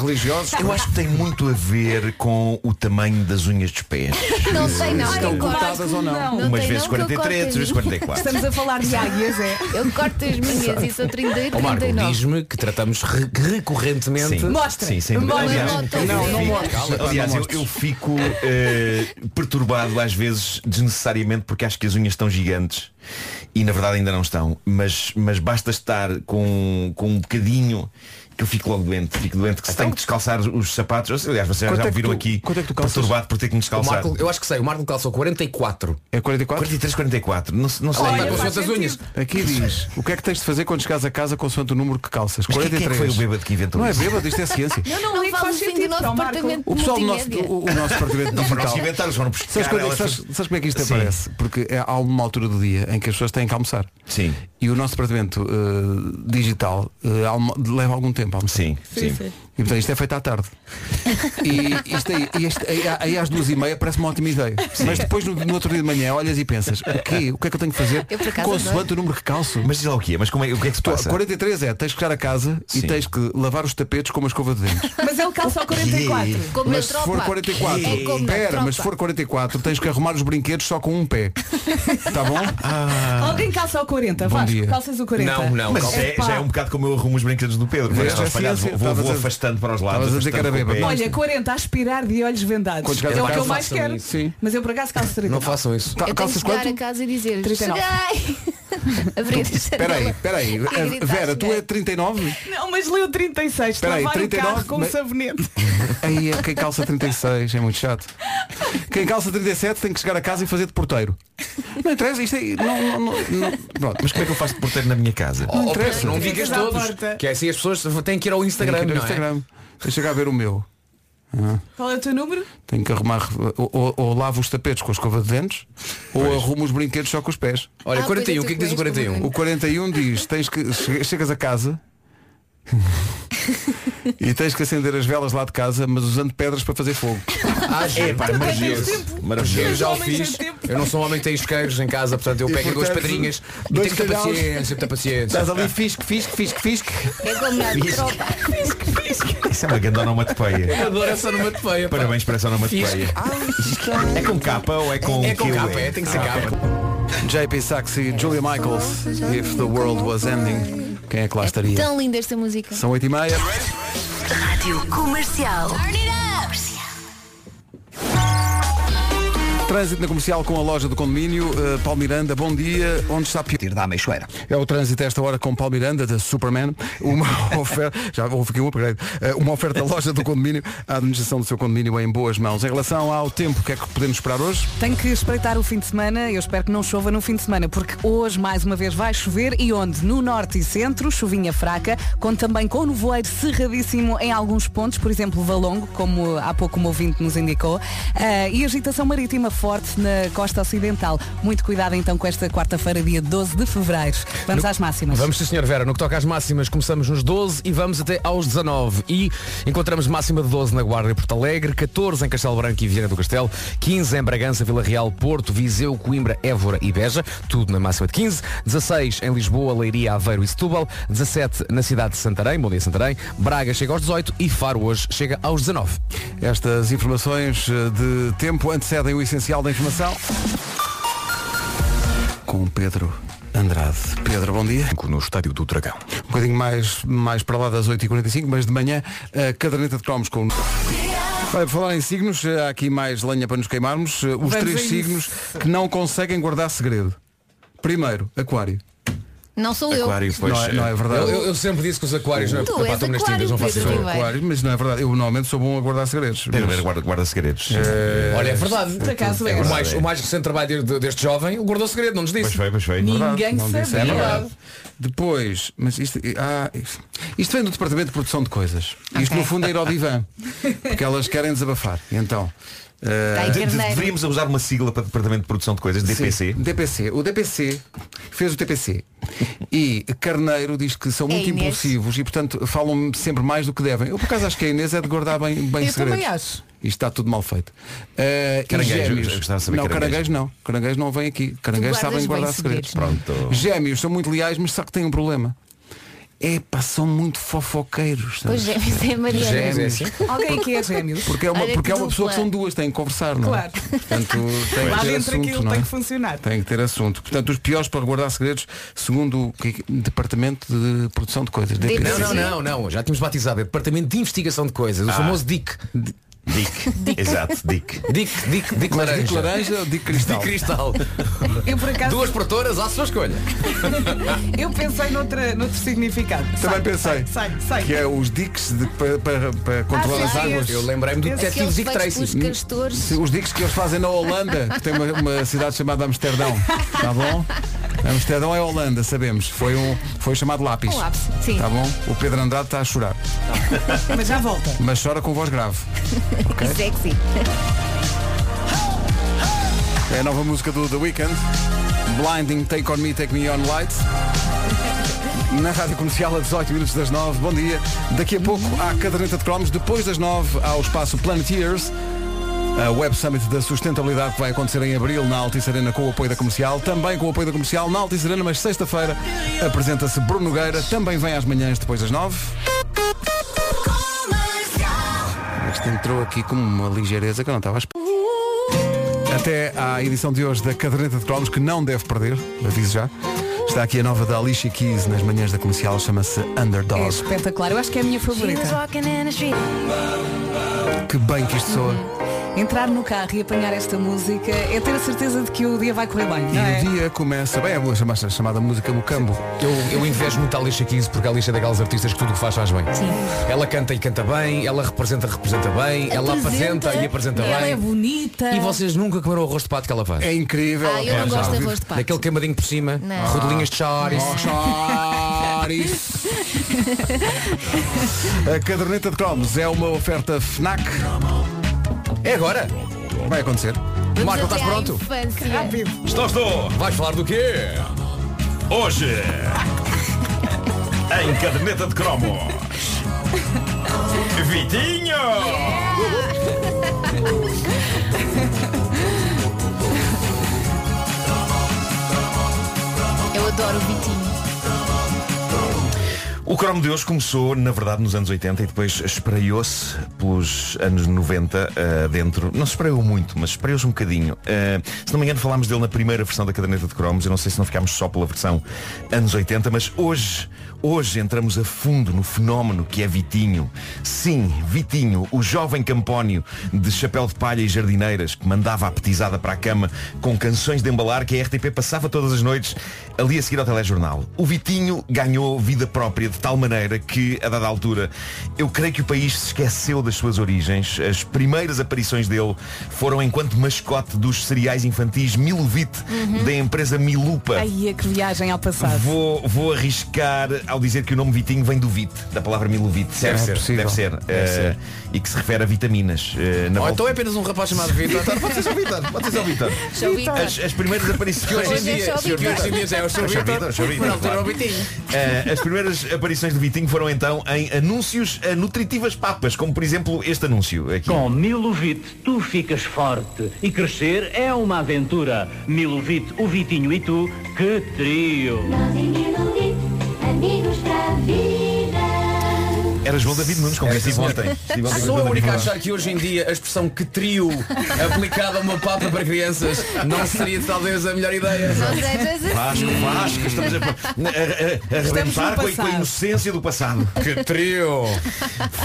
Eu acho que tem muito a ver com o tamanho das unhas dos pés.
Não sei não,
Estão
eu corto.
cortadas ou não?
Não
Umas
tem
vezes
não, que eu
43,
corto as
outras vezes
minhas.
44.
Estamos a falar de águias, é?
Eu corto as minhas e sou 38,
Ó Marco,
39
diz-me que tratamos re- recorrentemente.
Sim.
Mostra.
Sim, sem dúvida.
Mostra.
Aliás,
Mostra.
eu
Não, não
fico-
mostra.
Aliás,
Não
eu-
mostres.
eu, fico eh, perturbado às vezes desnecessariamente porque acho que as unhas estão gigantes e na verdade ainda não estão. Mas, mas basta estar com, com um bocadinho que eu fico logo doente. Fico doente que se tem que descalçar os sapatos. Eu sei, Aliás, vocês
Quanto
já
é
me
que
viram
tu-
aqui
quanto é que tu calças?
perturbado por ter que me
O
descalçar.
Marco, eu acho que sei, o Marco calçou 44.
É 44?
43, 44. Não, se- não sei.
Aqui diz, o que é que tens de fazer quando chegares a casa consoante o número que calças?
Mas quem- quem é que foi o bêbado que inventou
Não
isso?
é bêbado, isto é ciência.
Eu não, não falo assim do nosso departamento
O pessoal do nosso,
multimédia.
o, o nosso departamento
É
Não foram
digital.
nós que inventaram, foram buscar
sabes, quando é que-
elas-
sabes- sabes como é que isto
Sim.
aparece? Porque é, há uma altura do dia em que as pessoas têm que almoçar.
Sim.
E o nosso departamento eh, digital eh, almo- leva algum tempo a almoçar. Sim,
Sim, sim.
E portanto isto é feito à tarde. E isto aí, e este- aí- aí às duas e meia parece uma ótima ideia. Mas depois no, no outro dia de manhã olhas e pensas, o quê? O que é que eu tenho que fazer?
Eu, por acaso,
Consoante
adoro.
o número que calço.
Mas diz lá o que é, mas como é, o que é que se
Tu-
passa?
43 é, tens que chegar a casa e tens que lavar os tapetes com uma escova de dentes.
Mas é ele calça ao 44.
mas se for 44,
É
pera, mas se for 44, tens que arrumar os brinquedos só com um pé. Tá bom?
Alguém calça ao 40,
Bom
Vasco,
dia.
calças o 40.
Mas é- já é um bocado como eu arrumo os brinquedos do Pedro.
Vês,
Estão
é
espalhados,
ciência.
vou, vou
Estavas a-
afastando para os lados.
estavas a dizer que era
afastando com o
bêbado.
pé.
Olha, 40 a aspirar de olhos vendados.
Quando
É
chegares
o
a
que eu
casa,
mais
façam
quero.
isso. Sim.
Mas eu por acaso calço 30.
Não façam isso.
Eu tenho que
Tá, Calças
chegar
quanto?
a casa e dizer
39.
Cheguei Abrir a janela.
Espera aí, espera aí.
E gritar,
A- Vera, tu
cheguei.
é 39?
Não, mas leu 36,
Espera aí,
lavar o
39,
carro com
mas-
sabonete.
Aí é quem calça 36, é muito chato. Quem calça 37 tem que chegar a casa e fazer de porteiro. Não interessa, isto é. Não, não, não- não- Pronto,
Mas como é que eu faço de porteiro na minha casa?
Não
Ó,
interessa.
Pedro, não digas
Ficas à
todos.
porta.
Que é assim as pessoas têm que ir ao
tenho que
Instagram.
ir ao
não é?
Instagram. Deixa eu chegar a ver o meu. Ah.
Qual é o teu número?
Tenho que arrumar ou, ou- ou lavo os tapetes com a escova de dentes ou arrumo os brinquedos só com os pés.
Olha, Ah, 41, o que é que diz o 41?
O 41 diz, tens que che- chegas a casa e tens que acender as velas lá de casa, mas usando pedras para fazer fogo.
Ah, giro.
pá,
Porque
maravilhoso.
eu tenho-
Maravilhoso.
Eu já o
Os homens
fiz.
têm tempo.
Eu não sou um homem que tem isqueiros em casa, portanto eu
E,
pego em duas
portanto,
pedrinhas e
dois
tenho muita
calhaus.
paciência, muita paciência.
Estás ali fisque, fisque, fisque, fisque.
É como na
Isso.
tropa.
Isso é uma grande
Eu
onomatopeia.
adoro essa onomatopeia. pá.
Parabéns para essa onomatopeia. É com capa ou é com
É com
QE?
capa, é, tem que ser
Ah,
capa.
JP Sachs e Julia Michaels, If the World Was Ending. Quem é que lá estaria?
Tão linda esta música.
São 8 e meia.
Rádio Comercial.
Trânsito na comercial com a loja do condomínio. Uh, Paulo Miranda, bom dia. Onde está a partir
da Meixoeira?
É o trânsito a esta hora com Paulo Miranda, da Superman. Uma oferta. Já houve aqui um upgrade. Uh, uma oferta da loja do condomínio. A administração do seu condomínio é em boas mãos. Em relação ao tempo, o que é que podemos esperar hoje?
Tenho que espreitar o fim de semana, eu espero que não chova no fim de semana, porque hoje mais uma vez vai chover e onde? No norte e centro, chuvinha fraca, conto também com nevoeiro cerradíssimo em alguns pontos, por exemplo, Valongo, como há pouco o meu ouvinte nos indicou, ah, e agitação marítima forte na costa ocidental. Muito cuidado então com esta quarta-feira, dia 12 de fevereiro. Vamos às máximas.
Vamos, sim, senhor Vera. No que toca às máximas, começamos nos 12 e vamos até aos 19. E encontramos máxima de 12 na Guarda e Porto Alegre, 14 em Castelo Branco e Viana do Castelo, 15 em Bragança, Vila Real, Porto, Viseu, Coimbra, Évora e Beja, tudo na máxima de 15, 16 em Lisboa, Leiria, Aveiro e Setúbal, 17 na cidade de Santarém, Bom dia Santarém, Braga chega aos 18 e Faro hoje chega aos 19.
Estas informações uh, de tempo antecedem o essencial da informação. Com Pedro Andrade. Pedro, bom dia.
No Estádio do Dragão.
Um bocadinho mais, mais para lá das 8h45, mas de manhã a caderneta de cromos com. Olha, por falar em signos, eh, há aqui mais lenha para nos queimarmos. Eh, Os
Vamos a
três
isso.
signos que não conseguem guardar segredo. Primeiro, Aquário.
Não sou
Aquário,
eu.
pois,
não, é,
Ah,
não é verdade.
Eu- eu- eu sempre disse que os aquários não é- Tu epá, és estão-me nas aquário, tintas, não faço Pedro ideia. Ribeiro.
Aquário, mas não é verdade. Eu normalmente sou bom a guardar segredos.
Tem que ver guarda- guarda-segredos.
Eh,
Olha, é verdade.
Por acaso é.
O mais, o mais recente trabalho de- de- deste jovem, o guardou segredo, não nos disse.
Pois foi, pois foi.
Ninguém
Não
sabia.
disse, é verdade. Depois, mas isto, ah, isto, isto vem do departamento de produção de coisas. Isto
Ok.
no fundo é ir ao divã. Porque elas querem desabafar. E Então. eh,
De- de- deveríamos usar uma sigla para Departamento de Produção de Coisas, DPC.
Sim, DPC. O DPC fez o TPC. E Carneiro diz que são
É
muito
Inês.
impulsivos e, portanto, falam sempre mais do que devem. Eu, por acaso, acho que a Inês é de guardar bem, bem
Eu
segredos.
também acho.
Isto está tudo mal feito. Eh, e
Caranguejo,
gêmeos.
eu gostava de saber
não,
caranguejo.
caranguejo não. Caranguejo não vem aqui. Caranguejo
Tu
sabem
guardas bem
guardar segredos.
segredos, não é? Pronto.
Gêmeos são muito leais, mas só que têm um problema. Epá, são muito fofoqueiros. sabes?
Os gêmeos é Mariana.
Gêmeos.
assim.
Alguém que é gêmeos.
Porque é uma,
Olha
porque
que
é uma pessoa que
dupla.
são duas, têm que conversar, não é?
Claro.
Portanto, tem
Lá
que ter
dentro
assunto,
aquilo
não é?
tem que funcionar.
Tem que ter assunto. Portanto, os piores para guardar segredos, segundo o que- Departamento de Produção de Coisas. DPC.
Não, não, não, não. Já tínhamos batizado. É Departamento de Investigação de Coisas. O
Ah.
famoso DIC.
Dick. Exato, Dick.
Dick, Dick, Dick
Mas
Laranja.
Dick Laranja ou Dick Cristal?
Dick Cristal.
Eu, por acaso,
Duas portoras à sua escolha.
eu pensei noutra, noutro significado.
Também
Sai,
pensei
Sai, sai, sai.
que é os dicks de- para, para- para controlar
sim,
as
Ah, sim,
águas.
esse. Eu lembrei-me do Esse. detetive Dick Aqueles feitos Tracy. pelos castores.
Sim, Os dicks que eles fazem na Holanda, que tem uma, uma cidade chamada Amsterdão. Está bom? Amsterdão é Holanda, sabemos. Foi um foi chamado lápis.
Um lápis, sim.
Está bom? O Pedro Andrade está a chorar.
é
Mas já volta.
Mas chora com voz grave.
Sexy.
É a nova música do The Weeknd. Blinding, Take On Me, Take Me On Lights. Na Rádio Comercial a 18 minutos das 9. Bom dia. Daqui a pouco à caderneta de cromos. Depois das 9 ao espaço Planeteers. A Web Summit da Sustentabilidade que vai acontecer em Abril na Altice Arena com o apoio da Comercial. Também com o apoio da Comercial na Altice Arena, mas sexta-feira apresenta-se Bruno Nogueira. Também vem às manhãs depois das 9. Este entrou aqui com uma ligeireza que eu não estava à espera. Até à edição de hoje da Caderneta de Cromos, que não deve perder, aviso já. Está aqui a nova da Alicia Keys nas manhãs da comercial, chama-se Underdog.
É espetacular. Eu acho que é a minha favorita.
Que bem que isto soa.
Entrar no carro e apanhar esta música é ter a certeza de que o dia vai correr bem.
E
não é?
o dia começa bem, é boa chamada, chamada música Mucambo.
Eu, eu invejo muito à lixa 15 porque a lixa é daquelas artistas que tudo o que faz faz bem.
Sim.
Ela canta e canta bem, ela representa, representa bem, ela apresenta e apresenta
ela
bem.
é bonita.
E vocês nunca comeram o arroz de pato que ela faz.
É incrível.
Ah, eu não gosto de arroz de pato.
Daquele queimadinho por cima,
Não.
rodelinhas de choris.
A Caderneta de Cromos é uma oferta FNAC.
É agora.
Vai acontecer.
Marco, estás pronto?
Estou, estou!
Vais falar do quê?
Hoje, em caderneta de cromo, Vitinho!
Eu adoro o Vitinho.
O cromo de hoje começou, na verdade, nos anos 80 e depois espraiou-se pelos anos 90 ah, dentro. Não se espraiou muito, mas espraiou-se um bocadinho. Ah, se não me engano, falámos dele na primeira versão da caderneta de cromos. Eu não sei se não ficámos só pela versão anos 80, mas hoje, hoje entramos a fundo no fenómeno que é Vitinho. Sim, Vitinho, o jovem campónio de chapéu de palha e jardineiras que mandava a petizada para a cama com canções de embalar que a RTP passava todas as noites ali a seguir ao telejornal. O Vitinho ganhou vida própria de tal maneira que, a dada altura, eu creio que o país se esqueceu das suas origens. As primeiras aparições dele foram enquanto mascote dos cereais infantis Milovite
Uhum.
da empresa Milupa.
Aí é que viagem ao passado.
Vou, vou arriscar ao dizer que o nome Vitinho vem do Vite, da palavra Milovite.
Deve
Deve
ser.
ser. Deve ser.
Deve
Eh,
ser.
E que se refere a vitaminas. Eh, na
Ou
volta-
então é apenas um rapaz chamado Vitor.
Pode ser só Vitor, pode ser só Vitor.
Só Vitor.
As, as primeiras aparições.
Que hoje em Hoje é dia- só que hoje em Vitor. dia já é o Sr.
Sr.
Vitor,
Sr. Vitor,
mas na altura
claro.
era o Vitinho.
Eh, as primeiras aparições do Vitinho foram então em anúncios a nutritivas papas, como por exemplo este anúncio aqui.
Com Milovite tu ficas forte e crescer é uma aventura. Milovite, o Vitinho e tu, que trio!
Amigos da vida.
Era João David Nunes, como
Era,
estive
sim,
ontem.
senhor.
Estive ontem com
Sou
João
eu a
David
única a
Nunes.
achar que hoje em dia a expressão que trio aplicada a uma papa para crianças não seria talvez a melhor ideia.
Vasco, Vasco, estamos a, a, a, a
Estamos
arrebentar
no
com a, com a
passado.
inocência do passado. Que trio!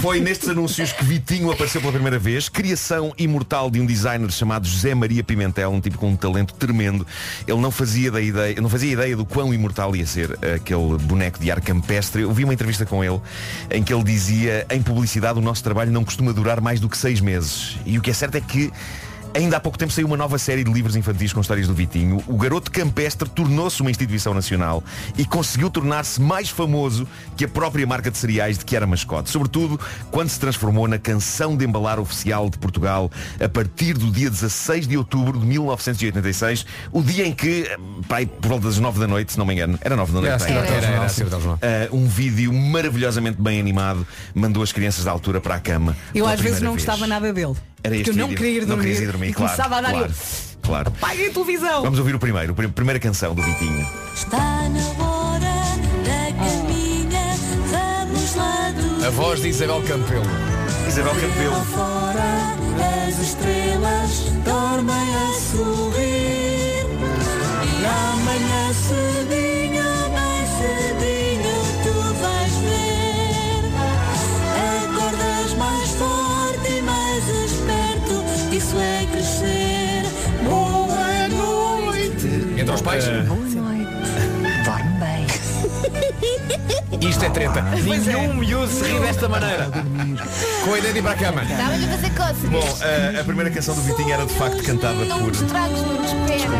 Foi nestes anúncios que Vitinho apareceu pela primeira vez, criação imortal de um designer chamado José Maria Pimentel, um tipo com um talento tremendo. Ele não fazia da ideia, não fazia ideia do quão imortal ia ser eh, aquele boneco de ar campestre. Eu vi uma entrevista com ele em que ele dizia, em publicidade o nosso trabalho não costuma durar mais do que seis meses. E o que é certo é que Ainda há pouco tempo saiu uma nova série de livros infantis com histórias do Vitinho. O garoto campestre tornou-se uma instituição nacional e conseguiu tornar-se mais famoso que a própria marca de cereais de que era mascote. Sobretudo quando se transformou na canção de embalar oficial de Portugal a partir do dia 16 de outubro de 1986, o dia em que, pai, por volta das 9 da noite, se não me engano, era 9 da noite.
Era,
pai.
sim, era, era, era, sim, era, era.
Uh, um vídeo maravilhosamente bem animado mandou as crianças da altura para a cama.
Eu
pela
às vezes
primeira
não
vez.
gostava nada dele.
Era
porque
este
eu não
vídeo.
queria ir
Não
dormir.
querias ir dormir,
e
claro.
começava a dar
claro, claro.
Paguei a televisão.
Vamos ouvir o primeiro, o prim- primeira canção do Vitinho.
Está na hora da caminha, vamos lá
A voz de Isabel Campelo.
Isabel Campelo.
fora. As estrelas dormem a sorrir. E amanhã cedinho, mais cedinho, tu vais ver. Acordas mais forte e mais esperto, isso é crescer. Boa noite.
Entre os
Eh,
pais.
Boa noite. Dorme bem.
Isto é treta. Nenhum miúdo se ri desta maneira. Com a ideia de ir para a cama.
Estava-lhe a fazer é cócegas.
Bom, é- a, a primeira canção do Vitinho era de facto cantada
não
por.
te estragues, não te espera.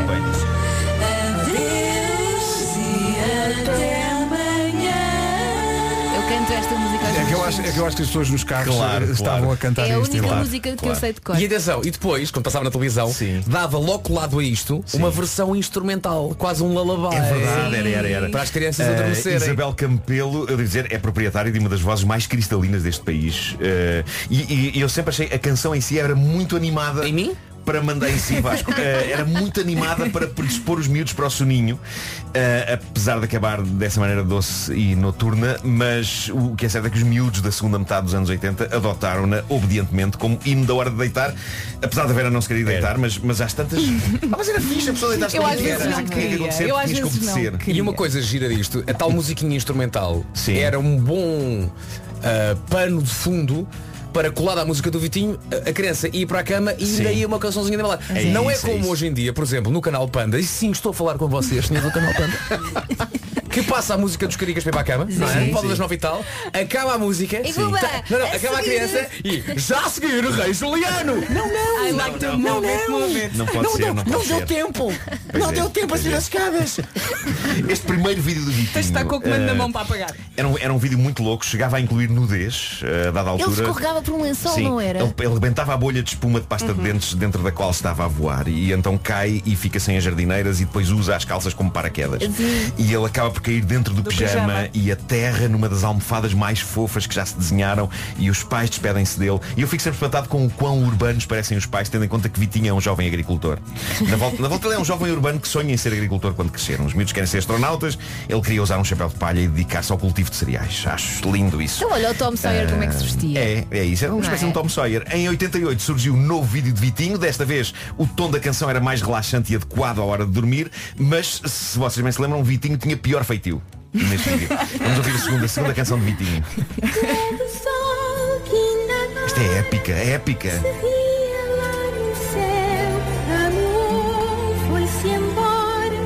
Adeus e até amanhã.
Eu canto esta música aos
É que, eu
meus
acho,
filhos.
é que eu acho que as pessoas nos carros
Claro,
eh, estavam
claro.
a cantar
É a
isto.
única música que eu sei de cor.
E atenção, e depois, quando passava na televisão, dava logo colado a isto uma versão instrumental, quase um lullaby.
É verdade, era, era, era.
Para as crianças
Eh,
adormecerem.
Isabel Campelo, eu devo dizer, é proprietária de uma das vozes mais cristalinas deste país. Eh, e, e eu sempre achei a canção em si era muito animada. Em mim? Para mandar em si Vasco. Eh, era muito animada para predispor os miúdos para o soninho. Eh, apesar de acabar dessa maneira doce e noturna, mas o que é certo é que os miúdos da segunda metade dos anos 80 adotaram-na obedientemente como hino da hora de deitar, apesar de haver a não se querer ir deitar, mas, mas às tantas. Ah, mas era fixe a pessoa deitar-se
Eu
com
às
quem
vezes
era.
não
Tinha que
queria.
acontecer,
Eu às
tinhas que
vezes não
obedecer.
queria.
E uma coisa gira disto, a tal musiquinha instrumental era um bom ah, pano de fundo para colar à música do Vitinho, a- a criança ia para a cama e
Sim.
ainda ia uma cançãozinha de balada.
É
não
isso,
é
é
como
isso.
hoje em dia, por exemplo, no canal Panda, e sim, estou a falar com vocês, senhor do canal Panda, que passa a música dos caricas para ir para a cama, não é?
Sim.
Volta das nove e tal, acaba a música,
E vou
Tá-
lá,
não, não,
a
acaba a
seguir.
criança e já a seguir o Rei Juliano! Não, não!
I like
não,
to move it, move it.
Não pode ser,
deu-
não pode
deu
ser.
tempo!
Pois é,
tempo a subir as escadas!
Este primeiro vídeo do Vitinho
Está com o comando na
eh,
mão para apagar.
era, um, era um vídeo muito louco Chegava a incluir nudez eh, A dada
Ele
altura
escorregava por um lençol,
Sim,
não era?
Ele, ele rebentava a bolha de espuma de pasta de dentes Dentro da qual estava a voar E então cai e fica sem as jardineiras E depois usa as calças como paraquedas
Sim.
E ele acaba por cair dentro do,
Do
pijama,
pijama.
E aterra numa das almofadas mais fofas Que já se desenharam E os pais despedem-se dele E eu fico sempre espantado com o quão urbanos parecem os pais Tendo em conta que Vitinho é um jovem agricultor Na volta, na volta ele é um jovem urbano que sonha em ser agricultor Quando crescer Os miúdos querem ser astronautas Ele queria usar um chapéu de palha E dedicar-se ao cultivo de cereais Acho lindo isso
Então olha o Tom Sawyer como é que se vestia.
é, é isso, era uma
Não
espécie
é?
de um Tom Sawyer. Em 88 surgiu um novo vídeo de Vitinho, desta vez o tom da canção era mais relaxante e adequado à hora de dormir, mas se vocês bem se lembram, Vitinho tinha pior feitio neste vídeo. Vamos ouvir a segunda, a segunda canção de Vitinho. Esta é épica, é épica.
Amor foi-se embora,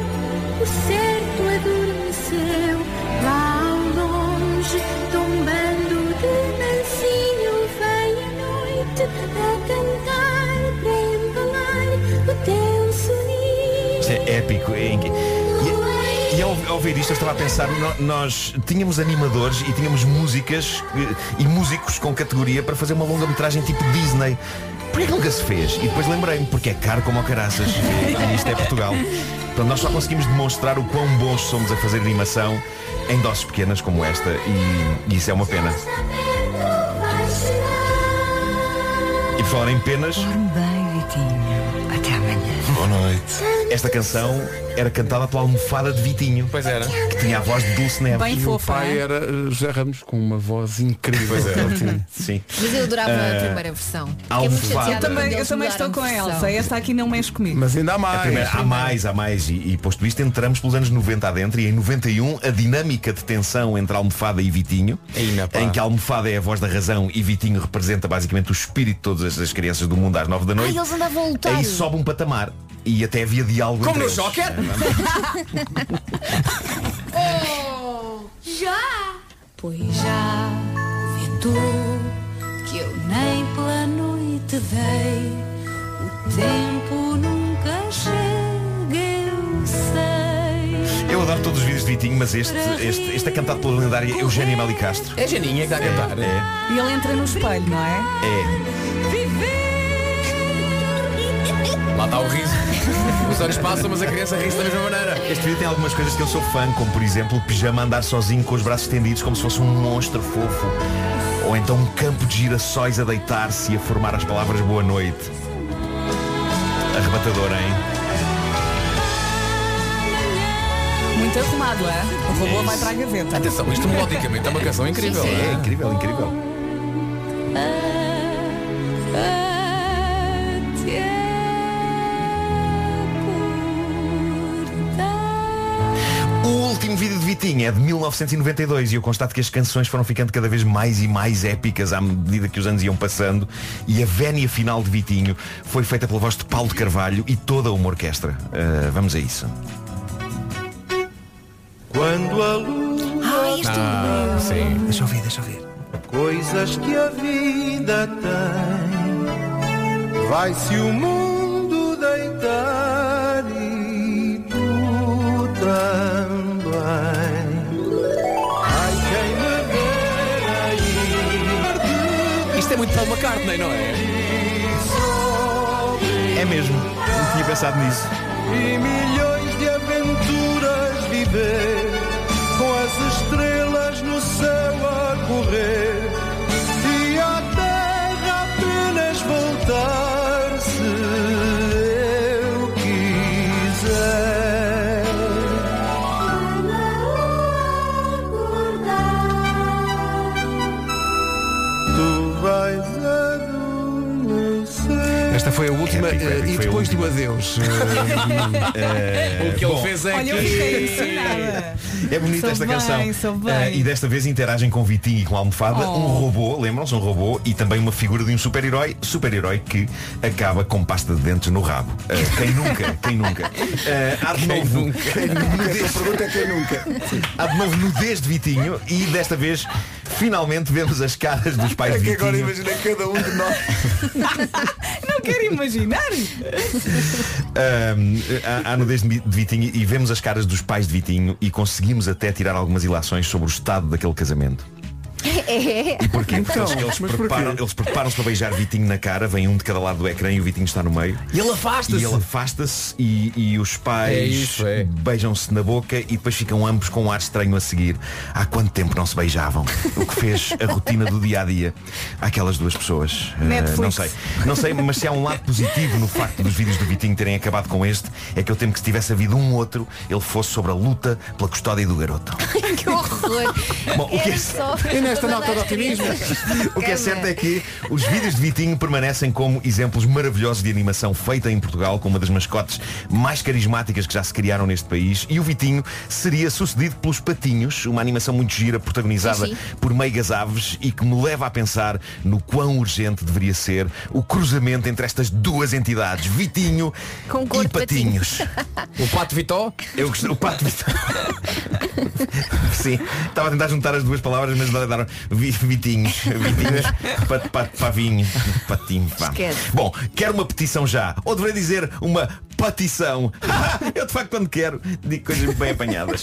o certo adormeceu lá ao longe, tombando de mansinho. Vem a noite a cantar para embalar o teu soninho.
Isto é épico. é inc- E, e ao, ao ouvir isto eu estava a pensar, no- nós tínhamos animadores e tínhamos músicas eh, e músicos com categoria para fazer uma longa-metragem tipo Disney. Porquê que nunca se fez? E depois lembrei-me, porque é caro como ao caraças. E isto é Portugal. Portanto, nós só conseguimos demonstrar o quão bons somos a fazer animação em doses pequenas como esta e, e isso é uma pena. E por falar em penas.
Bem, Vitinho, até amanhã.
Boa noite. Esta canção era cantada pela almofada de Vitinho. Pois era. Que tinha a voz de Dulce Neves.
e o pai era eh, José Ramos com uma voz incrível.
Pois era.
Sim.
Mas eu adorava a
Eh,
É.
primeira versão.
há
Fiquei
um
muito
fado.
chateada
Eu também,
quando
eu
eles
também
mudaram
estou com a
de versão.
Elsa. Esta aqui não mexe comigo.
Mas ainda há mais.
A primeira- há mais, há mais. E, e posto isto, entramos pelos anos 90 adentro e em 91 a dinâmica de tensão entre Almofada e Vitinho, em que a Almofada é a voz da razão e Vitinho representa basicamente o espírito de todas as, as crianças do mundo às 9 da
Ai,
noite,
eles andavam a lutar.
aí sobe um patamar e até havia diálogo
Como
entre
no
eles.
Joker?
Oh, já! Pois já vê tu que eu nem plano e te dei. O tempo nunca chega, eu sei.
Eu adoro todos os vídeos de Vitinho, mas este, este, este é cantado pela lendária Eugénia Mali Castro.
É a Janinha que está a cantar.
É,
E ele entra no espelho, não é?
é.
Lá está o riso. Os anos passam, mas a criança ri da mesma maneira.
Este vídeo tem algumas coisas que eu sou fã, como por exemplo o pijama a andar sozinho com os braços estendidos como se fosse um monstro fofo. Ou então um campo de girassóis a deitar-se e a formar as palavras boa noite. Arrebatador, hein?
Muito arrumado, é? O robô vai para a gaveta.
Atenção, isto melodicamente é uma canção incrível.
Sim, sim.
É incrível, incrível. O último vídeo de Vitinho é de 1992 e eu constato é que as canções foram ficando cada vez mais e mais épicas à medida que os anos iam passando e a vénia final de Vitinho foi feita pela voz de Paulo de Carvalho e toda uma orquestra. Ah, vamos a isso. Quando a luz
Ai,
este Ah, luz. sim. Deixa eu ouvir, deixa eu ouvir.
Coisas que a vida tem Vai se o mundo deitar E tu também Ai, quem me ver aí
Isto é muito Paul McCartney, não é?
É mesmo, não tinha pensado nisso.
E milhões de aventuras viver Com as estrelas no céu a correr E a terra apenas voltar Se eu quiser Tu vais adormecer
Esta foi a
É
É
última
Épico,
eh,
épico,
e
foi a
depois do adeus.
Eh,
O que ele
bom.
fez é
Olha, eu fiquei ensinada.
É bonita
Sou
esta
bem,
canção.
sou bem.
Eh, e desta vez interagem com Vitinho e com a almofada
Oh.
um robô, lembram-se, um robô e também uma figura de um super-herói, super-herói que acaba com pasta de dentes no rabo. Eh, quem nunca, quem nunca. Eh, há de novo, nudez-
pergunta é quem nunca.
há de novo nudez de Vitinho e desta vez finalmente vemos as caras dos pais
É
de
que
Vitinho.
agora imagina cada um de nós.
Não quero imaginar.
Ahm, há, há nudez de Vitinho e vemos as caras dos pais de Vitinho e conseguimos até tirar algumas ilações sobre o estado daquele casamento. E porquê? Porque eles, eles preparam- eles preparam-se para beijar Vitinho na cara, vem um de cada lado do ecrã e o Vitinho está no meio.
E ele afasta-se.
E ele afasta-se e, e os pais
É isso,
beijam-se na boca e depois ficam ambos com um ar estranho a seguir. Há quanto tempo não se beijavam? O que fez a rotina do dia a dia àquelas duas pessoas? Eh,
Netflix.
não sei. Não sei, mas se há um lado positivo no facto dos vídeos do Vitinho terem acabado com este, é que eu temo que se tivesse havido um outro, ele fosse sobre a luta pela custódia do garoto.
que horror.
Bom, o que é
Era
certo-
só
E nesta
mandar
nota de
as
otimismo?
crianças
O que é
para
certo
cama.
é que os vídeos de Vitinho permanecem como exemplos maravilhosos de animação feita em Portugal, com uma das mascotes mais carismáticas que já se criaram neste país. E o Vitinho seria sucedido pelos Patinhos, uma animação muito gira, protagonizada
Sim, sim.
por meigas aves e que me leva a pensar no quão urgente deveria ser o cruzamento entre estas duas entidades, Vitinho e Patinhos. O Pato Vitó? Eu gost- O Pato Vitó. Sim, estava a tentar juntar as duas palavras, mas não deram Vi- vitinhos, vitinhos, pat, pat, pavinho, patinho, pá.
Esquece.
Bom, quero uma petição já, ou deveria dizer uma patição. Eu de facto quando quero digo coisas bem apanhadas.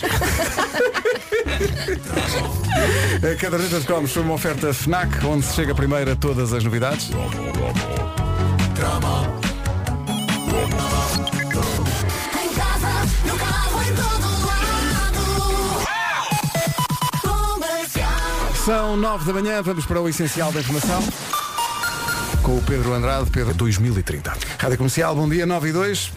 A caderneta de cromos foi uma oferta FNAC, onde se chega primeiro a todas as novidades.
Em casa, no carro, em todo lado Comercial
São nove da manhã, vamos para o essencial da informação. Com o Pedro Andrade, Pedro 2030. Rádio Comercial, bom dia, 9 e 2.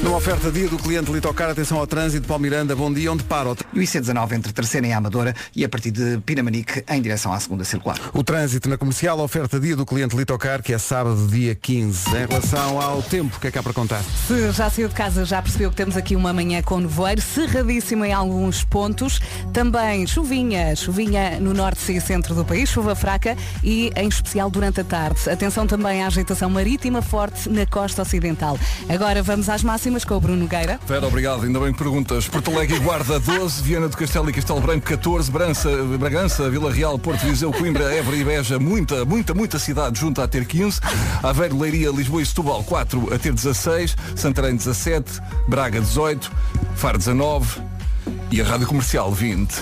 Numa oferta dia do cliente Litocar, atenção ao trânsito, Paulo Miranda, bom dia, onde para o tra-
E o IC19 entre Terceira e Amadora e a partir de Pinamanique em direção à Segunda Circular.
O trânsito na comercial, oferta dia do cliente Litocar, que é sábado, dia 15. Em relação ao tempo, o que é que há para contar?
Se já saiu de casa, já percebeu que temos aqui uma manhã com nevoeiro, cerradíssimo em alguns pontos. Também chuvinha, chuvinha no norte e centro do país, chuva fraca e em especial durante a tarde. Atenção também à agitação marítima forte na costa ocidental. Agora vamos às máximas com o Bruno Nogueira.
Vera, obrigado, ainda bem que perguntas. Porto Alegre e Guarda 12, Viana do Castelo e Castelo Branco 14, Brança, Bragança, Vila Real, Porto Viseu, Coimbra, Évora e Beja, muita, muita, muita cidade junto a ter 15, Aveiro, Leiria, Lisboa e Setúbal 4 a ter 16, Santarém 17, Braga 18, Faro 19 e a Rádio Comercial 20.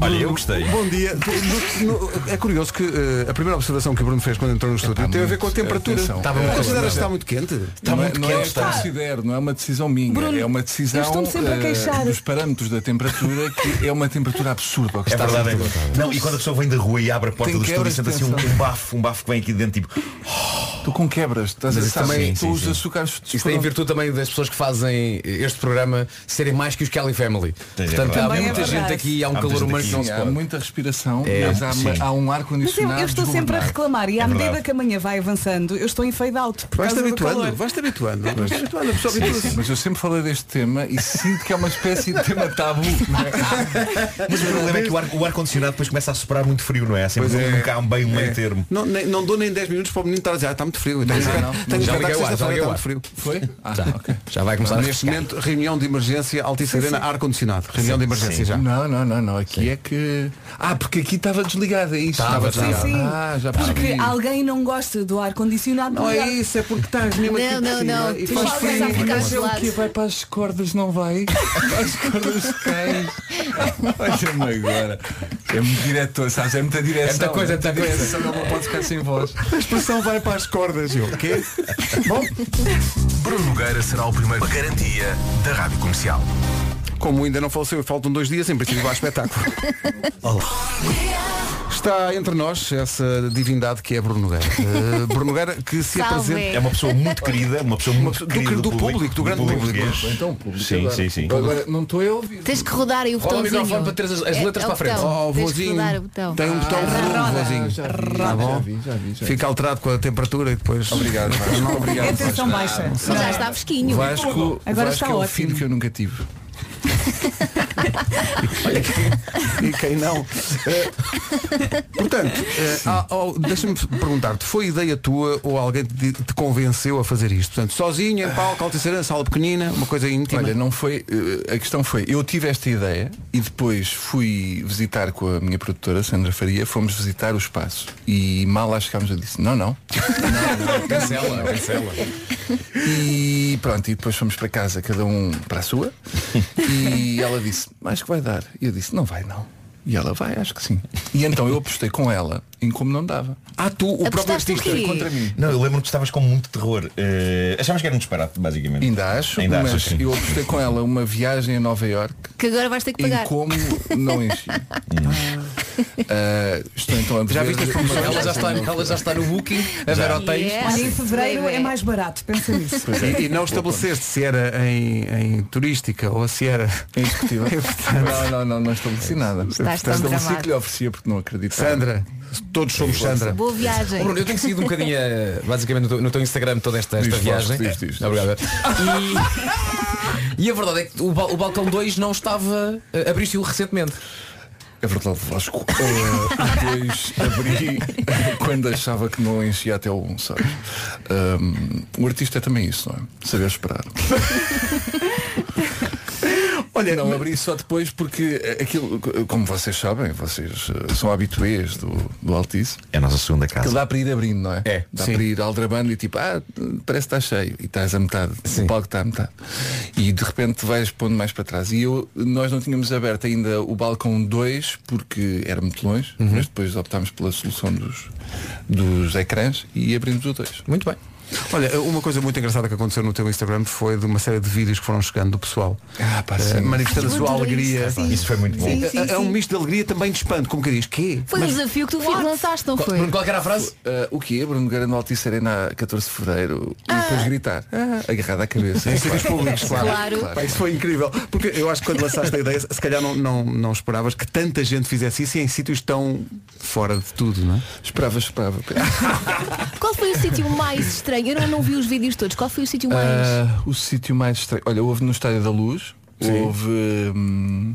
Olha, eu gostei.
Bom dia. Tu- no- no- é curioso que eh, a primeira observação que o Bruno fez quando entrou no estúdio teve a ver com a temperatura.
Estava
a considera está muito quente?
Está não, muito não quente, é, está. Considero, não é uma decisão minha,
Bruno,
é uma decisão
eu estou-me sempre a
eh,
queixar.
dos parâmetros da temperatura que é uma temperatura absurda. o que
É
está a
verdade.
temperatura.
é. Não, e quando a pessoa vem da rua e abre a
Tem
porta do estúdio,
quebras,
sente assim um,
atenção.
um bafo, um bafo que vem aqui de dentro, tipo,
Tu com quebras, estás
Mas
a
isso também- sim, sim.
é
Isso tem é virtude também das pessoas que fazem este programa serem mais que os Kelly Family.
é
Portanto, há
é
muita gente aqui,
"Ah,
há um calor humano que não
é
se
Há
pode.
muita respiração,
É,
mas há,
sim.
há um ar
Mas eu,
condicionado.
eu estou sempre a reclamar e à
É
medida
verdade.
que a manhã vai avançando, eu estou em fade out. Por
Vais-te
causa do
habituando,
calor.
Vais-te habituando.
Mas,
Vais-te habituando, a pessoa
Sim,
habitua-se.
sim, mas eu sempre falei deste tema e sinto que é uma espécie de tema tabu. não é?
Mas o problema é que o ar- o ar-condicionado depois começa a soprar muito frio, não é? Há Sempre
Pois é.
nunca há um bem um
É.
meio termo.
Não, nem- não dou nem 10 minutos para o menino estar a dizer, ah, está muito frio. Tenho
Não,
que
não,
esperar-
não.
tenho que
Já
esperar
liguei
que
o ar, já
sexta-feira
liguei
está
o
muito
ar.
frio.
Foi?
Já, ok. Ah, Já vai começar a
Tá, Neste
refrescar.
momento, reunião de emergência, Altice Arena, ar condicionado. Reunião de emergência já.
Não, não, não, não. Aqui é que. Ah, porque aqui estava desligado, é isso?
Estava
Sim,
desligado.
sim.
Ah, já
porque
percebi.
alguém não gosta do ar-condicionado.
Não é isso, é porque estás mesmo aqui Não, por não, cima não. e Tu faz voltas frio. a ficar
Mas é o
gelado.
quê? Vai para as cordas, não vai? As cordas cais. Olha-me agora. É muito diretor, sabes? É muita direção.
É muita coisa, é muita coisa.
Direção, Não pode ficar sem voz.
A expressão vai para as cordas, eu. Quê? Bom,
Bruno Nogueira será o primeiro a garantia da Rádio Comercial.
como ainda não faleceu e faltam dois dias, em princípio vai ao espetáculo. Está entre nós essa divindade que é Bruno Nogueira. Eh, Bruno Nogueira que se
Salve.
apresenta.
É uma pessoa muito querida, uma pessoa
do,
muito querida
do,
do
público,
público,
do
do
grande
público
público.
português. Então, público Sim, agora. sim, sim.
Agora não estou eu ouvir.
Tens que rodar aí o
Roda o
botãozinho.
microfone para trazer as- as
É,
letras
é o
para a frente. assim,
botão.
Oh,
Tens que
vozinho.
rodar o botão.
Tem um botão volume,
roda.
vozinho.
Já Ah, vi,
Tá
já
bom?
vi, já vi, já vi.
Fica alterado com a temperatura e depois.
Obrigado, Vasco.
Não,
Obrigado,
obrigado.
Atenção
Vasco.
É baixa.
Não,
Já está fresquinho.
Vasco,
Agora
Vasco
está
é o
ótimo.
filho que eu nunca tive.
E quem não? Eh, portanto, eh, há- há- deixa-me perguntar-te, foi ideia tua ou alguém te, te convenceu a fazer isto? Portanto, sozinho, em palco, altecerã, sala pequenina, uma coisa íntima.
Olha, não foi. eh, A questão foi, eu tive esta ideia e depois fui visitar com a minha produtora, Sandra Faria, fomos visitar o espaço. E mal lá chegámos eu disse, não, não.
Cancela, cancela.
E pronto, e depois fomos para casa, cada um para a sua. E ela disse, acho que vai dar. E eu disse, não vai não. E ela vai, acho que sim. E então eu apostei com ela em como não dava.
Ah, tu,
o próprio Apostaste artista. em quê? Contra mim.
Não, eu lembro-me que estavas com muito terror. Eh, achavas que era um disparate, basicamente.
Ainda acho,
Ainda
mas
achas, sim.
eu apostei com ela uma viagem a Nova York
Que agora vais ter que
em
pagar.
como não enchi. Ah, estou então a
Já
prever-
viste as promoções? Ela já está, ela já está no Booking, a ver hotéis.
Olha, em fevereiro é mais barato, pensa nisso.
é.
E, e não estabeleceste se era em, em turística ou se era.
É indiscutível. não, não, não, não estabeleci nada.
Estás tão
estabeleci
tramado.
que lhe oferecia porque não acreditava.
Sandra, todos somos Sandra.
Boa viagem.
Oh, Bruno, eu tenho seguido um bocadinho, eh, basicamente, no teu, no teu Instagram toda esta, esta
Diz, Vasco,
viagem.
diz, diz, diz.
Obrigado. E, e a verdade é que o, Bal- o Balcão 2 não estava. eh, Abriste-o recentemente.
É verdade, Vasco. Eh, depois abri quando achava que não enchia até o 1, sabes? Ahm, o artista é também isso, não é? Saber esperar. Olha, não abri só depois porque eh, aquilo, como vocês sabem, vocês eh, são habituês do, do Altice.
É a nossa segunda casa.
Aquilo dá para ir abrindo, não é? É. Dá
sim.
para ir ao Aldrabando e tipo, ah, parece que está cheio. E estás a metade. O palco está a metade. E de repente vais pondo mais para trás. E eu, nós não tínhamos aberto ainda o balcão 2 porque era muito longe,
Uhum.
mas depois optámos pela solução dos, dos ecrãs e abrimos o 2.
Muito bem.
Olha, uma coisa muito engraçada que aconteceu no teu Instagram foi de uma série de vídeos que foram chegando do pessoal.
Ah, pá,
Eh,
sim.
manifestando
Ai,
a
eu
sua
adorei
alegria.
isso, sim. Isso foi muito bom. Sim, sim,
É- É um
sim.
misto de alegria e também de espanto. Como que diz? Quê?
Foi um desafio que tu lançaste, não foi?
Uh, o que é? Bruno Nogueira no Altice Arena a 14 de Fevereiro e depois gritar. Ah, agarrado à cabeça.
Em sítios é públicos, claro.
Claro.
Pá, isso foi incrível. Porque eu acho que quando lançaste a ideia, se calhar não, não, não esperavas que tanta gente fizesse isso e em sítios tão fora de tudo, não é?
Esperava, esperava.
Qual foi o sítio mais estranho? Eu não, não vi os vídeos todos. Qual foi o sítio mais.
Ah, o sítio mais estranho. Olha, houve no Estádio da Luz,
Sim.
houve. hum,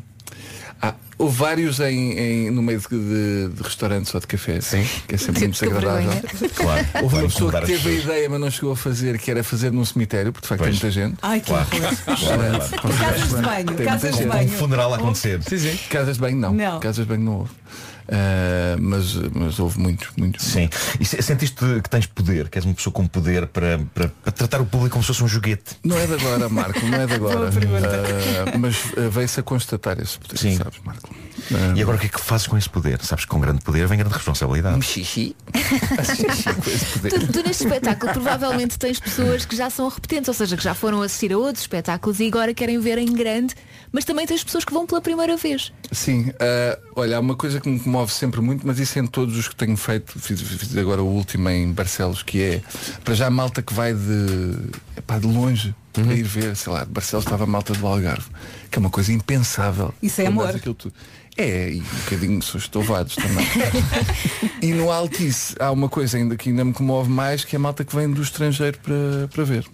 ah, houve vários em, em- no meio de, de- de restaurantes ou de café, Sim. que é sempre muito
Que
desagradável.
vergonha.
Claro,
Houve
claro,
uma pessoa que
incomodar as
teve a
pessoas.
ideia, mas não chegou a fazer, que era fazer num cemitério, porque de facto tem muita gente.
Ai, que
Claro.
horror.
Restaurante.
Claro. Casas de banho,
Tem muita
casas de
gente.
banho.
Um funeral a acontecer. Sim, sim. Casas de banho não.
Não.
Casas de banho não houve. Ah, mas, mas houve muitos, muitos.
Sim. E se- sentiste que tens poder, que és uma pessoa com poder para, para- para tratar o público como se fosse um joguete.
Não é de agora, Marco, não é de agora.
Boa pergunta.
Ah, mas ah, veio-se a constatar esse poder,
Sim.
sabes, Marco?
E agora o que é que fazes com esse poder? Sabes que com grande poder vem grande responsabilidade. Um
xixi.
Tu, tu neste espetáculo provavelmente tens pessoas que já são repetentes, ou seja, que já foram assistir a outros espetáculos e agora querem ver em grande, mas também tens pessoas que vão pela primeira vez.
Sim, ah, olha, há uma coisa que me comove sempre muito, mas isso é em todos os que tenho feito, fiz, fiz agora o último em Barcelos, que é para já a malta que vai de, epá, de longe para ir ver, sei lá, de Barcelos estava a malta do Algarve, que é uma coisa impensável.
Isso é
Quando
amor.
dás aquilo tudo. É, e um bocadinho sou estovados também. e no Altice há uma coisa ainda que ainda me comove mais, que é a malta que vem do estrangeiro para, para ver.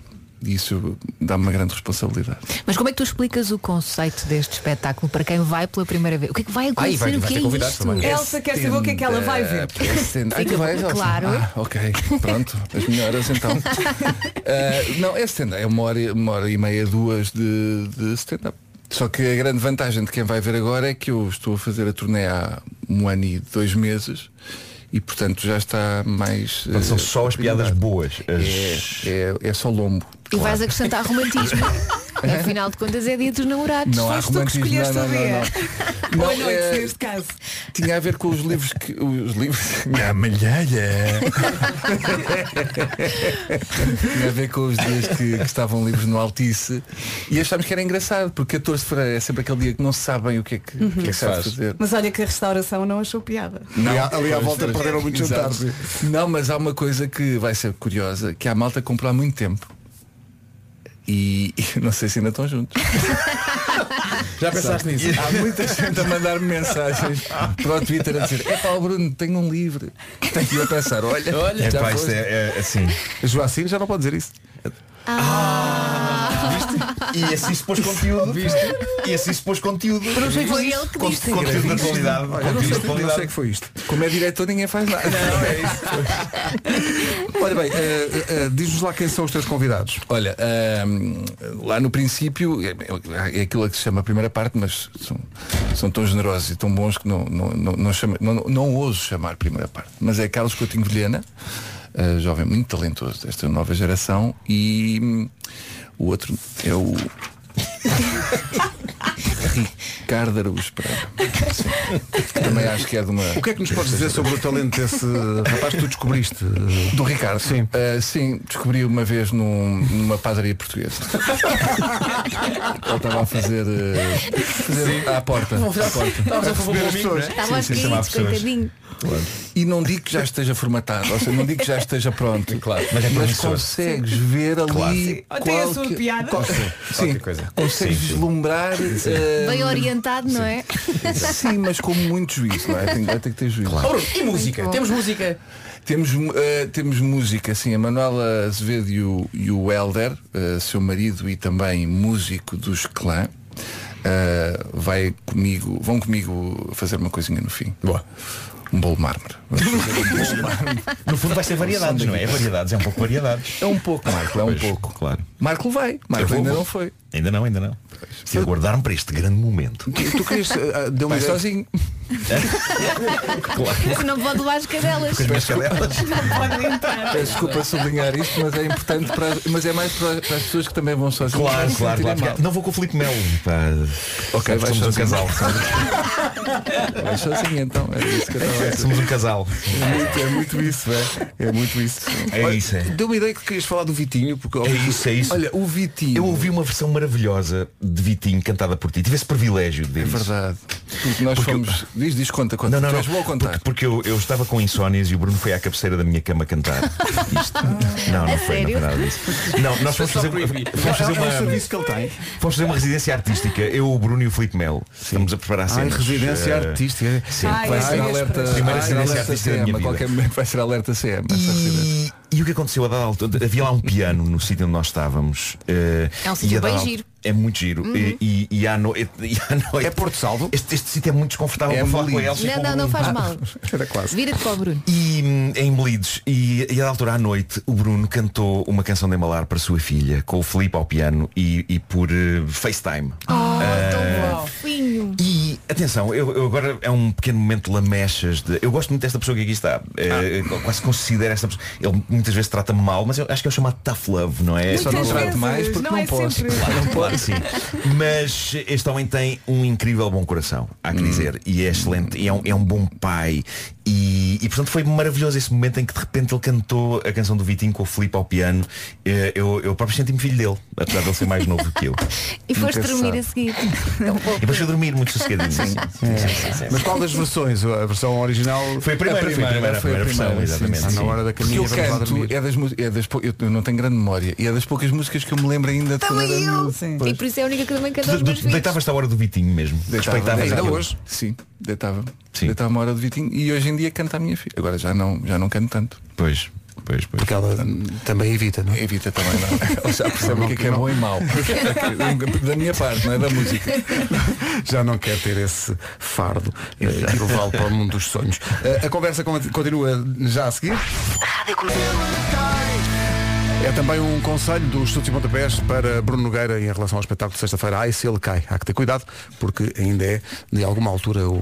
E isso dá-me uma grande responsabilidade.
Mas como é que tu explicas o conceito deste espetáculo para quem vai pela primeira vez? O que é que vai acontecer? o que é isto?
Elsa quer saber o que é que ela vai ver.
É stand-up. Ah,
Fica
tu vais,
bom,
Elsa?
claro.
Ah, ok, pronto, as melhoras então. Ah, não, é stand-up, é uma hora, uma hora e meia, duas de, de stand-up. Só que a grande vantagem de quem vai ver agora é que eu estou a fazer a turnê há um ano e dois meses e portanto já está mais.
Portanto, são
eh,
só as piadas boas. as-
É, é só lombo.
E vais acrescentar romantismo. Afinal de contas é dia dos namorados.
Não há
Foste tu que
romantismo,
escolheste
não,
o
não,
dia.
não, não. Não, é-
caso.
Tinha a ver com os livros que. Os livros. Minha malhada. Tinha a ver com os dias que, que estavam livres no Altice. E achámos que era engraçado, porque 14 de fevereiro é sempre aquele dia que não se sabem o que é que, o que, é que se há de fazer.
Mas olha que a restauração não achou piada.
ali à volta perderam muito
Exato.
jantar.
Não, mas há uma coisa que vai ser curiosa, que é a malta comprou há muito tempo. E, e não sei se ainda estão juntos.
Já pensaste
Sabe?
nisso?
Há muita gente a mandar mensagens para o Twitter a dizer, epá o Bruno, tenho um livro. E eu a pensar, olha,
é,
já
pá,
foste.
isto é, é assim.
Joacim já não pode dizer isso.
E assim se pôs conteúdo. E assim se pôs conteúdo.
Foi ele que
Con-
disse.
Conteúdo na qualidade.
Olha, eu não
Conteúdo
sei-
na
não
qualidade.
sei que foi isto. é Como é diretor ninguém faz nada.
Olha bem, eh, eh, diz-nos lá quem são os teus convidados.
Olha, ahm, lá no princípio, é, é aquilo que se chama a primeira parte, mas são, são tão generosos e tão bons que não, não, não, não, chama- não- não- não ouso chamar primeira parte. Mas é Carlos Coutinho Vilhena, ah, jovem muito talentoso desta nova geração, e hum, o outro é o Ricardo Araújo Pereira. Sim. Também acho que é de uma...
O que é que nos podes dizer sobre o talento desse rapaz que tu descobriste?
Do Ricardo? Sim. Ah, sim, descobri uma vez num- numa padaria portuguesa. Ele estava a fazer, eh, fazer à porta.
Estava a fazer-
À porta.
um
estava a fazer
A receber
favor
as
ao amigo,
pessoas.
não é? Estava aos
Sim, sim, chamar
gritos,
pessoas.
coitadinho.
E não digo que já esteja formatado, ou seja, não digo que já esteja pronto, claro, mas,
Mas é promissor.
consegues ver ali
Claro.
Sim.
Ou tem a sua piada.
Sim,
Qualquer coisa.
consegues
Sim, sim.
vislumbrar eh,
Hum,
Bem orientado, não é?
Sim, mas com muito juízo, não é? Tem, vai ter que ter juízo.
Claro. Oh, Bruno, e música? Muito bom. Temos música?
Temos, mu- eh, temos música, sim. A Manuela Azevedo e o, e o Helder, eh, seu marido e também músico dos clã, eh, vai comigo, vão comigo fazer uma coisinha no fim. Boa. Um bolo de mármore.
No fundo vai ser variedades, não é? É variedades, é um pouco variedades.
É um pouco, Marco, é um pouco.
Claro.
Marco vai. Marco
Eu vou,
ainda
vou.
não foi.
Ainda não, ainda não. Se aguardar-me para este grande momento.
Tu, tu querias, eh, eh, deu-me
Vai
ideia-
sozinho.
Não pode levar as cadelas.
Com as minhas cadelas.
Não pode entrar.
Peço desculpa sublinhar isto, mas é importante para, mas é mais para, para as pessoas que também vão sozinhas.
Claro,
Não se
claro,
sentirem
claro.
mal.
Não vou com o Filipe Melo.
Ok,
Ok,
vai
somos um
sozinho.
casal.
Vai sozinho então, é isso que eu estava a dizer.
Somos um casal.
É muito, é muito isso, é? É muito isso.
É
Olha,
isso, é.
Deu-me ideia que querias falar do Vitinho, porque
É isso, é isso.
Olha, o Vitinho.
Eu ouvi uma versão maravilhosa de Vitinho cantada por ti. Tive esse privilégio de É
verdade. Porque nós fomos. Diz, diz, conta, conta.
Não, não,
Tu
não.
és boa a contar.
Porque, porque eu, eu estava com insónias e o Bruno foi à cabeceira da minha cama cantar. Isto. Não,
Ah. A
não foi, não
sério?
foi nada disso. Não, nós
Foi
fomos
só
fazer,
por aí.
fomos fazer
É um
uma.
serviço que ele tem.
Fomos fazer uma residência artística. Eu, o Bruno e o Filipe Melo. Estamos a preparar
Ai,
cenas.
residência
Eh,
artística.
Sim.
Ai,
Vai ser
Sim,
alerta,
expressa.
vai
é
ser
Primeira residência
alerta
artística da
CM,
minha
a
vida.
qualquer momento vai ser alerta CM.
é
essa residência.
E, e o que aconteceu a dada altura? Havia lá um piano no sítio onde nós estávamos. eh,
É um
e
sítio
a dada
bem
altu-
giro.
É muito giro.
Uhum.
E, e- e à no- e- e à noite. É Porto Salvo? Este, este sítio é muito desconfortável
É
para falar com
molido.
eles.
Não, não, não faz mal.
Era quase.
Vira-te para o Bruno.
E hum, em Belides, e, e à altura à noite, o Bruno cantou uma canção de embalar para a sua filha, com o Filipe ao piano e, e por eh, FaceTime. Ah,
É.
Fofinho.
E atenção, eu, eu agora é um pequeno momento de lamechas de. Eu gosto muito desta pessoa que aqui está. Eh, eu quase considero esta pessoa. Ele muitas vezes trata-me mal, mas eu acho que é o chamado tough love, não é?
Eu só não Muitas trato vezes, mais porque não não é posso. sempre.
Claro, não pode, sim. Mas este homem tem um incrível bom coração, há que dizer. E é excelente, e é um, é um bom pai. E, e, portanto foi maravilhoso esse momento em que de repente ele cantou a canção do Vitinho com o Filipe ao piano. Eh, Eu, eu próprio senti-me filho dele, apesar de ele ser mais novo do que eu.
E foste
Nunca se
dormir
sabe.
a seguir.
E depois fui dormir muito sossegadinho. Sim, sim, sim, sim.
Mas qual das versões? A versão original?
Foi a primeira, foi a primeira, foi a primeira, exatamente,
Ah,
sim.
Na hora da
Porque
caminha
eu
vamos lá
canto,
dormir.
é das, mu- é das pou- eu eu não tenho grande memória e é das poucas músicas que eu me lembro ainda
Então
de quando era miúdo.
E por isso é a única que também canta aos
De-
meus
de-
filhos.
Deitavas-te à hora do Vitinho mesmo.
Deitava,
Respeitavas
ainda
aquilo.
hoje. Sim, deitava. Deitava uma hora de Vitinho e hoje em dia canta a minha filha. Agora já não, já não canto tanto.
Pois. Pois, pois.
Porque ela hum, também evita, não é?
Evita também, não. Ela já percebe o que é que é bom e mau. da minha parte, não é da música.
Já não quer ter esse fardo eh, que o vale para o mundo dos sonhos. Eh, A conversa con- continua já a seguir. É também um conselho dos Estúdios e Pontapés para Bruno Nogueira em relação ao espetáculo de sexta-feira. Ai, se ele cai, há que ter cuidado, porque ainda é, de alguma altura, o, o,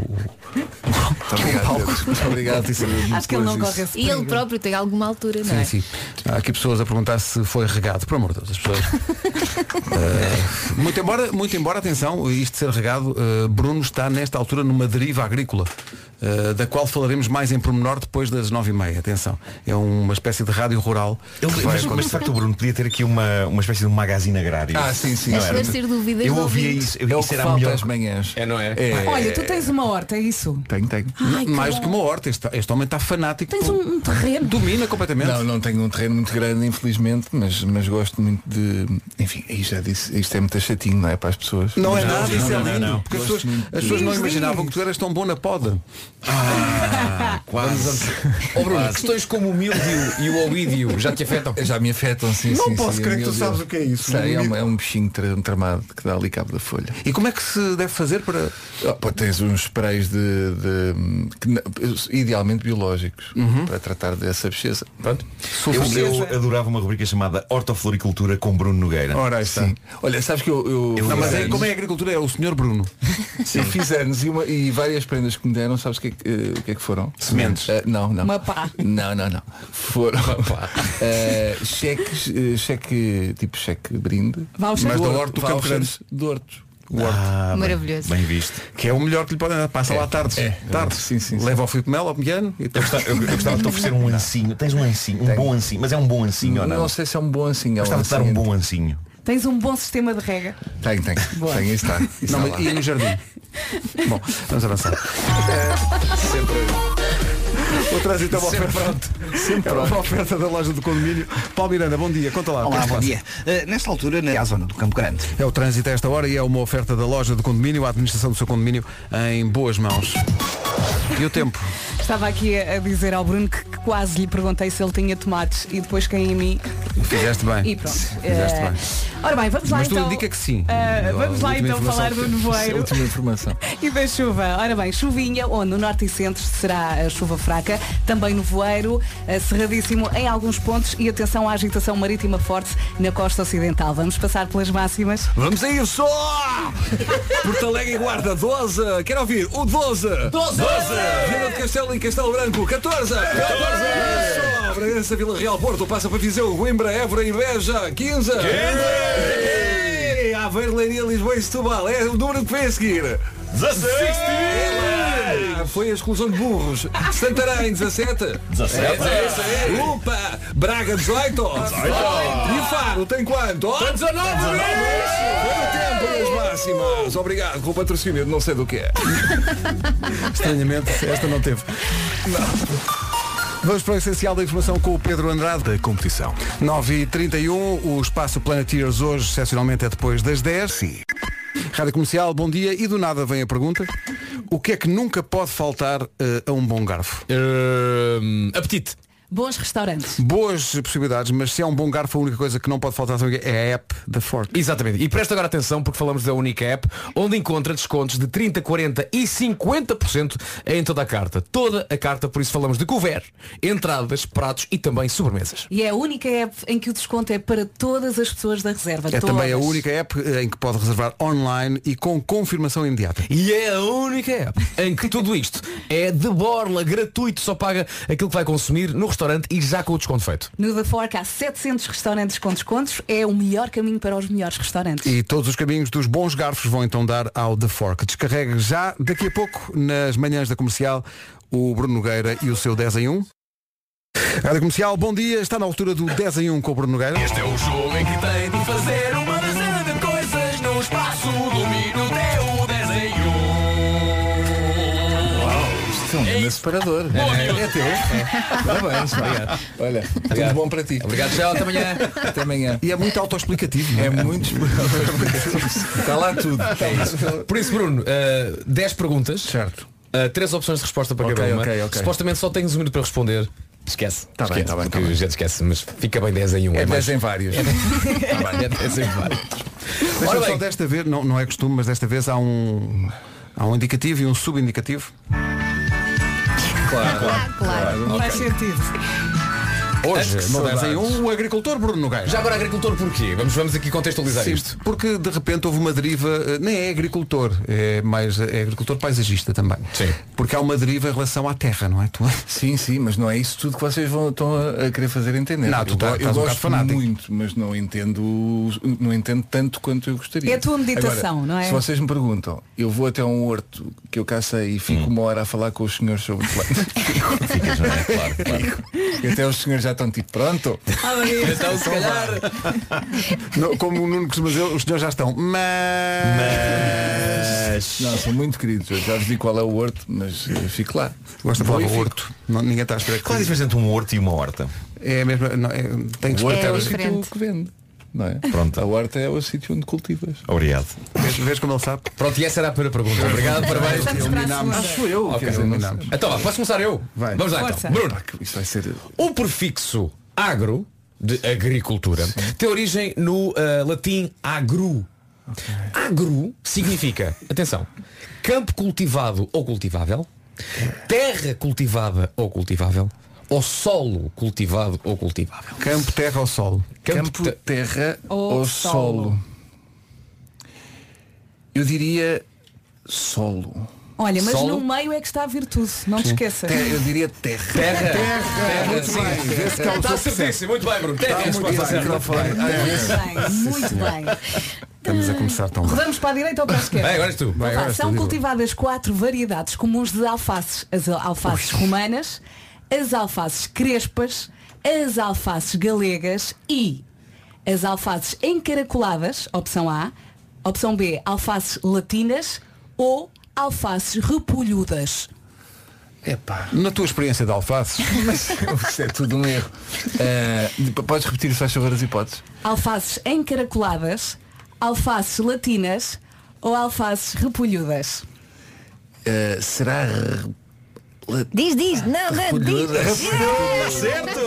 o palco.
obrigado.
Isso é
Acho que ele não
muito
corre
isso.
esse E ele próprio tem alguma altura, não
Sim,
é?
sim. Há aqui pessoas a perguntar se foi regado, por amor de Deus, as pessoas. Eh, muito, embora, muito embora, atenção, isto de ser regado, eh, Bruno está nesta altura numa deriva agrícola, eh, da qual falaremos mais em pormenor depois das nove e meia. Atenção. É uma espécie de rádio rural.
Ele-
que vai
um
mas, mas de
acontecer.
facto o Bruno podia ter aqui uma, uma espécie de um magazine agrário.
Ah, sim, sim.
Não
As
era?
esclarecer
dúvidas
Eu
do
ouvia
ouvinte.
isso,
É
eu
o
isso
que
era a
falta
melhor.
às manhãs.
É, não é?
Olha, tu tens uma horta, é isso?
Tenho, tenho.
Ai, que
mais
bom.
do que uma horta, este, este homem está fanático.
Tens um, um terreno.
Domina completamente.
Não, não tenho um terreno muito grande, infelizmente, mas, mas gosto muito de. Enfim, aí já disse, isto é muito chatinho, não é? Para as pessoas.
Não é
Mas-
nada, isso é
não, não,
lindo.
não.
Porque as
Gosto
pessoas,
muito
as pessoas não
de-
imaginavam que tu eras tão bom na poda.
Vamos a- Ó, Bruno, questões como o Mildio e o Ovidio já te afetam?
Já me afetam, sim,
Não
sim,
posso
sim,
crer que
meu Deus.
tu sabes o que é isso.
Sei, é, um, é um bichinho tra- tramado que dá ali cabo da folha.
E como é que se deve fazer para.
Oh, pô, tens uns sprays de, de- que na- idealmente biológicos para tratar dessa bicheza. Uhum. Pronto.
Eu, eu adorava uma rubrica chamada Hortofloricultura com Bruno Nogueira.
Ora, aí está. Olha, sabes que eu. eu-
Não, mas é, como é a agricultura? É o senhor Bruno.
Eu fiz anos e, uma- e várias prendas que me deram, sabes o que, é que, eh, o que é que foram?
Sementes.
Eh, não, não.
Uma pá.
Não, não, não. Foram eh, cheques, eh, cheque, tipo cheque brinde.
Vouchers.
Mas da
Vouchers-
Horto do Campo
vouchers de Horto.
O horto.
Maravilhoso.
Ah, Bem visto.
Que é o melhor que lhe podem dar. Passa lá à tarde.
é.
tarde.
Sim, sim, sim.
Leva ao Filipe Melo, ao Piano e
Eu gostava, eu- eu gostava de te oferecer um ancinho. Tens um ancinho, um bom ancinho, mas é um bom ancinho ou
não.
não?
sei se é um bom assim. é um
Gostava de dar um
assim.
bom ancinho.
Tens um bom sistema de rega.
Tem, tem.
Boa.
Tem, isso está. Isso está
Não, mas-
lá.
e no jardim. Bom, vamos avançar. O trânsito é uma
Sempre
oferta.
pronto. Sempre
É uma
pronto.
oferta da loja do condomínio. Paulo Miranda, bom dia. Conta lá. o que é
Olá,
que
bom
se
dia. Eh, nesta altura, na zona do Campo Grande.
passa? É o trânsito a esta hora e é uma oferta da loja do condomínio, a administração do seu condomínio em boas mãos. E o tempo?
Estava aqui a a dizer ao Bruno que que quase lhe perguntei se ele tinha tomates e depois caí em mim.
Fizeste bem.
E pronto.
Fizeste
Eh,
bem.
Ora bem, vamos lá
Mas
então.
tudo indica que sim.
Eh,
A
vamos lá
última
então
informação
falar
que
do
temos.
nevoeiro.
Última informação.
E da chuva, ora bem, chuvinha, onde no norte e centro será a chuva fraca, também no voeiro, eh, cerradíssimo em alguns pontos e atenção à agitação marítima forte na costa ocidental. Vamos passar pelas máximas.
Vamos a isso! Porto Alegre e Guarda, 12. Quero ouvir o 12. 12.
12.
Viana de Castelo e Castelo Branco, 14. 14. Só, Bragança, Vila Real, Porto, passa para Viseu, Coimbra, Évora e Beja, 15. 15. Aveiro, Leiria, Lisboa e Setúbal. É o número que vem a seguir.
16.
Ah, Foi a exclusão de burros. Santarém, É, 17.
17.
Lupa, Braga, 18.
18.
E Faro, tem quanto?
Tem 19.
Foi o tempo das máximas. Obrigado com o patrocínio de não sei do que é.
Estranhamente, esta não teve. Vamos para o essencial da informação com o Pedro Andrade. Da competição. 9 e 31 o espaço Planeteers hoje, excepcionalmente, é depois das 10. Sim. Rádio Comercial, bom dia. E do nada vem a pergunta: o que é que nunca pode faltar eh, a um bom garfo?
Ehm,
apetite.
Bons restaurantes.
Boas possibilidades, mas se é um bom garfo, a única coisa que não pode faltar sabe o quê? é a app da Fork.
Exatamente. E presta agora atenção porque falamos da única app onde encontra descontos de 30, 40 e 50% em toda a carta. Toda a carta, por isso falamos de couvert, entradas, pratos e também sobremesas.
E é a única app em que o desconto é para todas as pessoas da reserva.
É
todas.
também a única app eh, em que pode reservar online e com confirmação imediata.
E é a única app em que tudo isto é de borla, gratuito, só paga aquilo que vai consumir no restaurante e já com o desconto feito.
No The Fork há 700 restaurantes com descontos. É o melhor caminho para os melhores restaurantes.
E todos os caminhos dos bons garfos vão então dar ao The Fork. Descarregue já, daqui a pouco, nas manhãs da comercial, o Bruno Nogueira e o seu 10 em 1. Rádio Comercial, bom dia. Está na altura do 10 em 1 com o Bruno Nogueira.
Este é o jogo em que tem de fazer uma dezena de coisas num espaço do minuto é o desenho.
Isto é um grande separador.
É.
teu. Parabéns, obrigado. Olha, tudo bom para ti.
Obrigado, Joel, até amanhã.
Até amanhã.
E é muito autoexplicativo.
É muito Está lá tudo.
É
Por isso, Bruno, uh, 10 perguntas. Certo. três opções de resposta para
Ok,
cada uma.
ok, ok.
Supostamente só tens um minuto para responder. Esquece.
Tá bem, tá bem, tá
porque já esquece, mas fica bem 10 em 1.
É
10 em vários.
É, é 10 em vários.
Deixa-me só desta vez, não, não é costume, mas desta vez há um, há um indicativo e um subindicativo.
Claro,
Faz sentido.
Hoje,
Ah,
no
saudades.
10 em 1, o agricultor Bruno Nogueira.
um. Já agora agricultor porquê? Vamos, vamos aqui contextualizar
Sim,
isto.
Porque de repente houve uma deriva, eh, nem é agricultor, é mais é agricultor paisagista também. Sim. Porque há uma deriva em relação à terra, não é? Tu...
Sim, sim, mas não é isso tudo que vocês vão, estão a, a querer fazer entender.
Não, tu
eu,
tá-
eu
estás um bocado
gosto
fanático.
muito, mas não entendo, não entendo tanto quanto eu gostaria.
É a tua meditação,
Agora,
não é?
Se vocês me perguntam, eu vou até um horto que eu cacei e
Hum.
fico uma hora a falar com os senhores sobre o plano. Ficas, não é? Claro, claro. E até os senhores já estão tipo, pronto.
Ah,
Então, se calhar.
Não, como o Nuno costuma dizer, os senhores já estão. Mas.
Não, são muito queridos. Eu já vos digo qual é o horto, mas eu fico lá.
Gosto da
Vou e fico.
palavra horto. Não, ninguém está a esperar que
Qual é a
diga.
diferença
Entre um horto e uma horta.
É a mesma. Não, é, tem que
O horto
explicar.
é o sítio que vende. Não é? Pronto. A horta é o sítio onde cultivas.
Obrigado.
Vês, vês como ele sabe?
Pronto, e essa era a primeira pergunta. Obrigado, parabéns.
Eliminámos. Acho eu.
Ok,
quer dizer, não sei.
eliminámos. Então, vá, posso começar eu?
Vai.
Vamos lá
Força.
então. Bruno,
Isso vai ser.
o prefixo agro, de agricultura, tem origem no ah, latim agru. Agru significa, atenção, campo cultivado ou cultivável, terra cultivada ou cultivável, ou solo cultivado ou cultivável.
Campo, terra ou solo?
Campo,
Campo, terra
ou
ou
solo?
solo? Eu diria solo.
Olha, mas
Solo?
no meio é que está a virtude, não te esqueças.
Te- Eu diria terra.
Terra.
Muito bem. Vê-se que há um
Está
solo que
certíssimo, muito bem, Bruno.
Está
Terra,
Tá muito
resposta
bem,
certa.
então.
microfone.
Muito bem, muito bem.
Estamos a começar tão bem.
Rodamos para a direita ou para a
Tá
esquerda?
Bem, agora és tu. Bem, agora és tu,
Tá, São
diz lá.
cultivadas quatro variedades comuns de alfaces. As alfaces romanas, as alfaces crespas, as alfaces galegas e as alfaces encaracoladas, opção A, opção B, alfaces latinas ou alfaces repolhudas.
Epá.
Na tua experiência de alfaces.
Mas isso é tudo um erro. Eh, p- podes repetir, se faz favor, as hipóteses?
Alfaces encaracoladas, alfaces latinas ou alfaces repolhudas.
Eh, será
Diz, diz, não, não, diz.
Certo!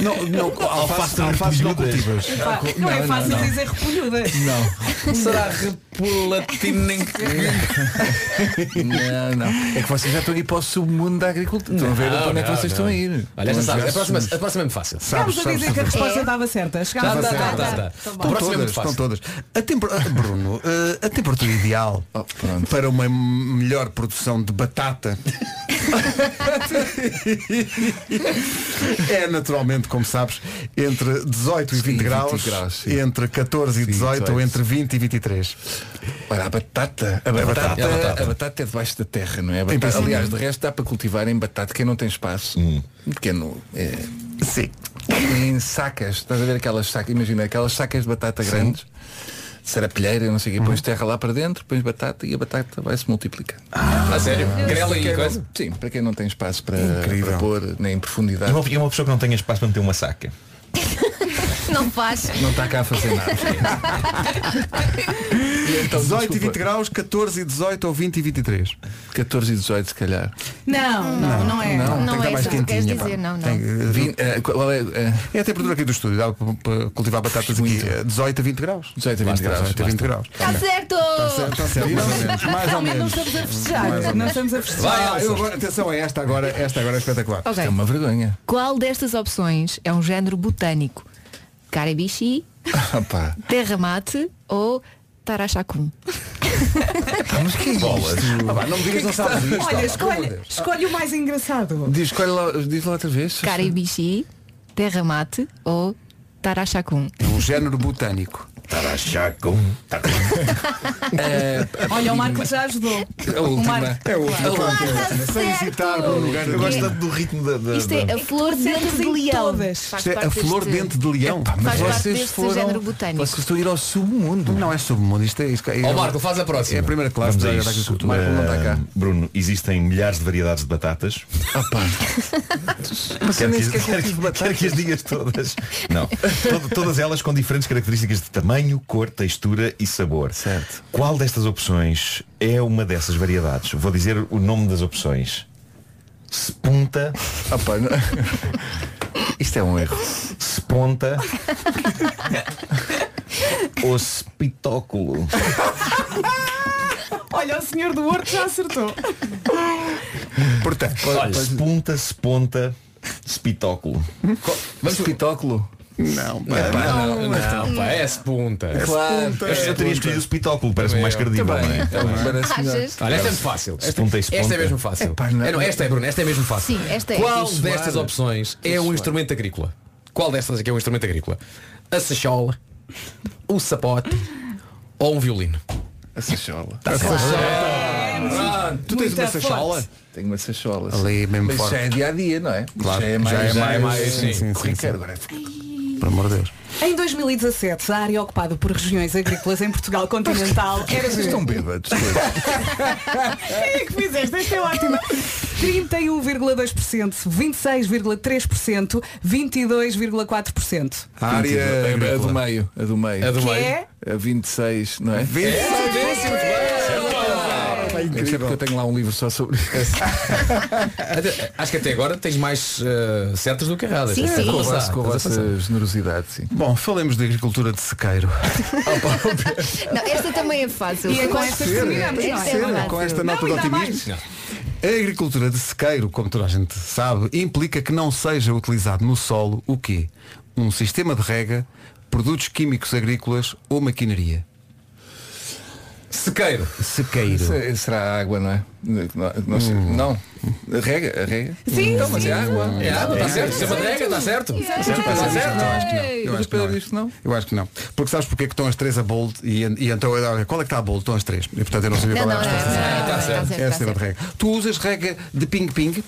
Não, não, alface,
Alface- alface não
repolhudas.
cultivas.
Pá, Não, é fácil dizer repolhuda.
Não.
Será repolatina em
Não, não. É que vocês já estão a ir para o submundo da agricultura. Estão a ver para onde é que vocês estão a ir.
Ah, Olha, já
Estão
sabes,
ver
a próxima,
sumos.
a próxima é muito fácil.
Chegámos a dizer que a resposta estava certa.
Tá,
Chegámos
tá,
a
tá, tá, tá.
Tá bom.
Estão todas, estão todas. A temper- ah, Bruno, eh, a temperatura ideal
Oh,
para uma m- melhor produção de batata é naturalmente, como sabes, entre 18 e 20 graus,
20 graus, sim.
entre 14 e 18 ou
18.
entre 20 e 23.
Olha, a batata.
A
A
batata.
batata,
É a batata.
a batata é debaixo da terra, não é? A
Em
batata-
princípio.
aliás, de resto dá para cultivar em batata. Quem não tem espaço, um pequeno. É,
Sim.
Em sacas. Estás a ver aquelas sacas, imagina, aquelas sacas de batata grandes. Serapilheira, não sei o quê, pões terra lá para dentro, pões batata e a batata vai se multiplicar.
Ah, sério? Grela
Para
e
quem não-
coisa?
Sim, para quem não tem espaço para,
Incrível.
para pôr, nem
E
profundidade.
uma, e uma pessoa que não tenha espaço para meter uma saca.
Não faz.
Não está cá a fazer nada. então,
18 e 20 graus, 14 e 18 ou 20 e 23.
14 e 18 se calhar.
Não, não, não
Não, tem
é.
que
Não
estar
é
mais
isso que queres
quentinha. pá.
dizer, não,
Tem-
não.
Vin- eh, qual é, eh,
É a temperatura aqui do estúdio, dá para- para cultivar batatas aqui eh, 18 a 20 graus.
18 a 20 graus. é
18 a 20 graus.
Está Tá certo!
Está Tá certo, mais ou menos. Mais ou
Realmente não
menos.
estamos a festejar. Não é. estamos a festejar.
Ah, eu agora- atenção, é esta agora, esta agora é espetacular.
Ok.
É uma vergonha.
Qual destas opções é um género botânico? Caribichi,
Opa.
terra mate ou tarachacum?
Mas que é Bolas.
não me digas que não sabes isto.
Olha, escolhe, escolhe o mais engraçado.
Diz, escolhe lá, diz lá outra vez.
Caribichi, terra mate ou tarachacum?
É um género botânico.
Tarachacum.
Olha, o Marco já ajudou.
A
O
última.
Marco.
É o último.
Claro,
ponto, é o
está
último. Sem
certo.
hesitar, Bruno lugar
Eu gosto tanto do ritmo da. da-
Isto é
da-
a flor de dente de
Acertas em
leão.
todas.
Faz
Isto é a
parte
flor
deste-
dente de leão.
Faz parte deste género botânico.
Vocês estão a ir ao submundo.
Não é submundo, isto é isto. É,
Ó, Marco, faz a próxima.
É a primeira classe
Vamos a
da da
isso.
agricultura. Marco não está cá.
Eh, Bruno, existem milhares de variedades de batatas.
Mas eu
Quero
nem
que,
sequer cultivo
quero, que- quero
batata.
que as digas todas. Não. Tod- todas elas com diferentes características de tamanho, cor, textura e sabor.
Certo.
Qual destas opções é uma dessas variedades? Vou dizer o nome das opções. Sepunta,
Opa, Ah, não- Isto é um erro.
seponta ou sepitóculo.
Olha, o senhor do Horto já acertou.
Portanto,
Olha, sepunta, seponta, sepitóculo.
Mas espetáculo.
não, pá.
Pá, não, não, pá, é punta.
Claro.
Eu, eu teria escolhido o sepitóculo, parece mais credível, não é?
um Parece melhor.
Achas?
Olha, esta é muito fácil. Esta,
Sepunta e
esta
sepunta.
é mesmo fácil.
Epá, não-
É, não, esta é, Bruno, esta é mesmo fácil.
Sim, esta é.
Qual
Estou
destas
suado.
opções é
suado.
um instrumento agrícola? Qual destas aqui é um instrumento agrícola? A sachola, o sapote ou um violino?
A sachola.
Ah, tu tens uma sachola?
Tenho uma sachola.
Ali
sim.
mesmo
Mas
forte.
já é dia a dia, não é?
Claro,
Já é mais,
já é mais-
sim,
sim,
corriqueiro.
sim,
Agora é-
Por amor de Deus.
Em 2017, a área ocupada por regiões agrícolas em Portugal continental era
Vocês estão bêbados.
é que fizeste? Esta é ótima. 31,2%, 26,3%, 22,4%.
A área
a do
agrícola.
meio. A do meio.
A do
Que
meio.
é?
A 26, não é? É incrível. Eu tenho lá um livro só sobre isso.
Até- Acho que até agora tens mais eh, certas do que erradas.
Sim, sim.
Com
Estás
a
a
vossa-
passar,
com a
estás a passar.
vossa generosidade, sim.
Bom, falemos de agricultura de sequeiro.
Não, esta também é fácil.
E é com
Pode
estas
ser.
terminamos, não é?
Esta
Sério,
fácil.
com esta nota
Não,
de
ainda
otimismo. A agricultura de sequeiro, como toda a gente sabe, implica que não seja utilizado no solo o quê? Um sistema de rega, produtos químicos agrícolas ou maquinaria.
Sequeiro.
Sequeiro.
Se- Será água, não é? Não, não sei. Não. A Rega, a rega.
Sim,
Então, mas é água.
É água, está certo. Isso é madeira, está certo. Está certo.
Eu acho que
Pedro,
não. é.
isto não?
Eu acho que não. Porque sabes porque é que estão as três a bold e, e então eu- olha, qual é que está a bold? Estão as três. E portanto eu não sabia
Não,
qual
não, não,
era a
não, não,
resposta.
não, está certo,
É a
está
cena
certo.
de rega. Tu usas rega de ping-ping?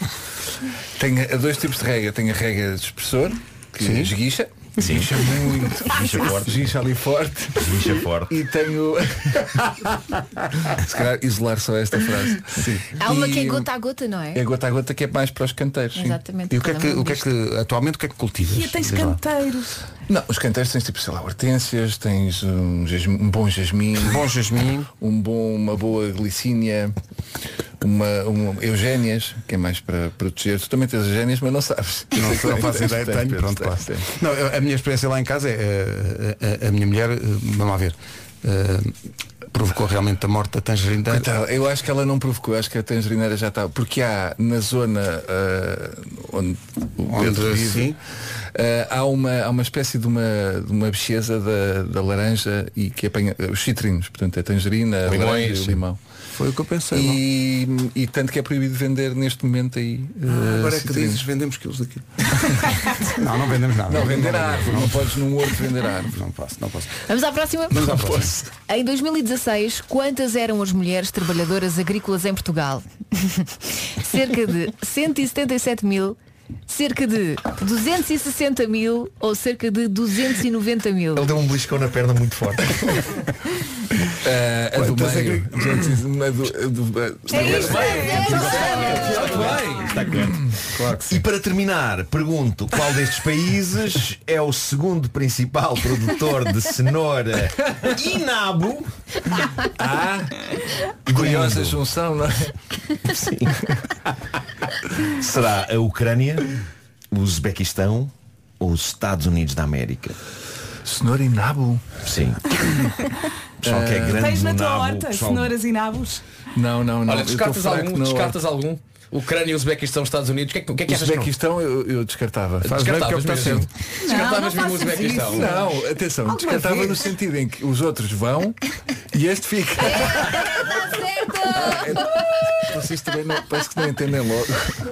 Tenho há eh, dois tipos de rega. Tenho a rega de expressor, que
Sim.
esguicha.
Sim,
Muito.
Esguicha forte.
Esguicha ali forte.
Lixa um forte.
E tenho. Se calhar isolar só esta frase.
Há uma
E
que é gota a gota, não é?
É gota a gota que é mais para os canteiros. sim.
Exatamente.
E o que é que,
cada um
o que, é que atualmente o que é que cultivas?
E tens
Diz lá.
canteiros.
Não, os canteiros tens tipo, sei lá, hortênsias, tens um, jasm- um bom jasmim,
Bom jasmim.
um bom, uma boa glicínia, uma, uma- Eugénias, que é mais para proteger. Tu também tens Eugénias, mas não sabes.
Não
Sei
sei, não
que
faço
tens,
ideia,
tens,
tenho,
tens,
pronto,
tens,
claro.
tens.
Não, eu- a minha experiência lá em casa é eh, a, a- a minha mulher, eh, vamos lá ver, eh, provocou realmente a morte da tangerina.
Coitada, Então, eu acho que ela não provocou, acho que a tangerineira já está. Porque há na zona ah, onde o
Onde,
Pedro vive,
sim.
ah, há, uma, há uma espécie de uma, de uma bicheza da, da laranja e que apanha os citrinos, portanto é tangerina,
Limões,
laranja e
sim. Tá
limão.
Foi o que eu pensei.
E, e tanto que é proibido vender neste momento aí. ah,
agora é que
citrinos.
dizes, vendemos quilos daqui. não, não vendemos nada.
Não, vender a árvore, não
Não,
podes num horto vender a árvore.
não posso, não posso.
Vamos à próxima?
Não posso.
Em 2016, quantas eram as mulheres trabalhadoras agrícolas em Portugal? cerca de 177 mil, cerca de 260 mil ou cerca de 290 mil?
Ele deu um beliscão na perna muito forte.
Ah, a do
então
Quantas
meio.
é que-
Gente, a do- a do- a-
é
Está correto. E para terminar, pergunto qual destes países é o segundo principal produtor de cenoura e nabo?
Ah, Curiosa
Mundo.
junção, não é? Sim.
Será a Ucrânia, o Uzbequistão ou os Estados Unidos da América?
Cenoura e nabo?
Sim. O pessoal que é grande
Tens na
no
tua
nabo,
horta
o pessoal-
cenouras e nabos?
Não, não, não.
Olha,
Eu tô
descartas
fraco
algum,
na
descartas algum. Ucrânia e Uzbequistão, Estados Unidos, o que é que, o que, é que
O
achas
um
que não?
Uzbequistão eu, eu descartava.
Faz bem, porque é o que está certo. Descartavas
não
mesmo é o
faças
Uzbequistão.
isso. Não, atenção,
Alguma
descartava
vez?
no sentido em que os outros vão e este fica. Vocês também não, parece que não entendem logo.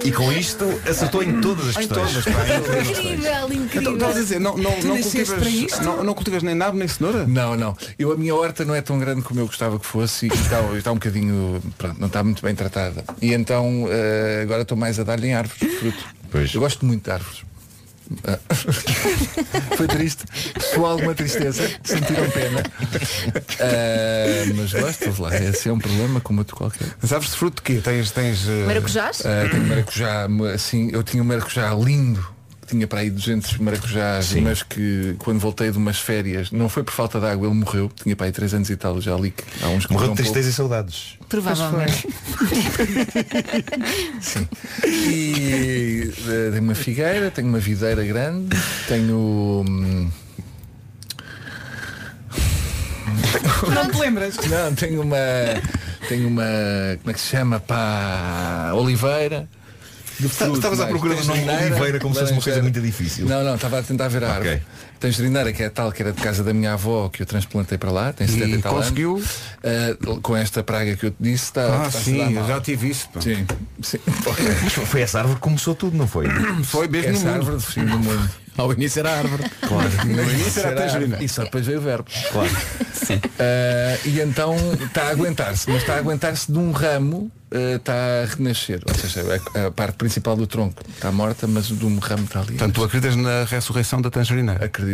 E com isto acertou em todas as
Em
questões.
todas, pá, em todas.
Incrível,
Então, estás a dizer, não, não, não cultivas, não, não cultivas nem nabo nem cenoura?
Não, não. Eu, a minha horta não é tão grande como eu gostava que fosse e está, está um bocadinho. Pronto, não está muito bem tratada. E então eh, agora estou mais a dar-lhe em árvores de fruto. Eu gosto muito de árvores. Ah. Foi triste. Soou alguma tristeza. Sentiram pena. Ah, mas gosto, vamos lá. Esse é um problema como outro qualquer.
Mas árvores de fruto de quê? Tens. tens eh,
Maracujás?
Ah, tenho maracujá, assim, eu tinha um maracujá lindo. Tinha para aí 200 maracujás,
Sim.
mas que quando voltei de umas férias, não foi por falta de água, ele morreu. Tinha para aí 3 anos e tal, já li que há uns que
Morreu
morreram
de tristeza e
pouco.
saudades.
Provavelmente.
E eh, tenho uma figueira, tenho uma videira grande, tenho. hum,
Não te lembras?
Não, tenho uma. Tenho uma. Como é que se chama? Pá. Oliveira. de
Está-
fruto,
estavas à
mais
procura do nome
tangerina,
Oliveira como se fosse uma coisa
laranja.
muito difícil.
Não, não, estava a tentar ver a
Ok.
árvore. Tangerineira, que é a tal que era de casa da minha avó, que eu transplantei para lá, tem
E
70 e tal
conseguiu?
anos. Ah, com esta praga que eu te disse, está.
Ah,
está-se a
sim,
dar mal.
eu já tive isso. pá.
Sim, sim.
Mas foi essa árvore que começou tudo, não foi?
Foi mesmo no
Essa
mundo.
árvore do fim do mundo.
um- Ao início era a árvore.
Claro.
No
início era a tangerina.
E só depois veio o verbo.
Claro.
Ah, e então está a aguentar-se, mas está a aguentar-se de um ramo, ah, está a renascer. Ou seja, é a, a parte principal do tronco está morta, mas o de um ramo está ali.
Portanto, tu acreditas na ressurreição da tangerina?
Acredito. Da-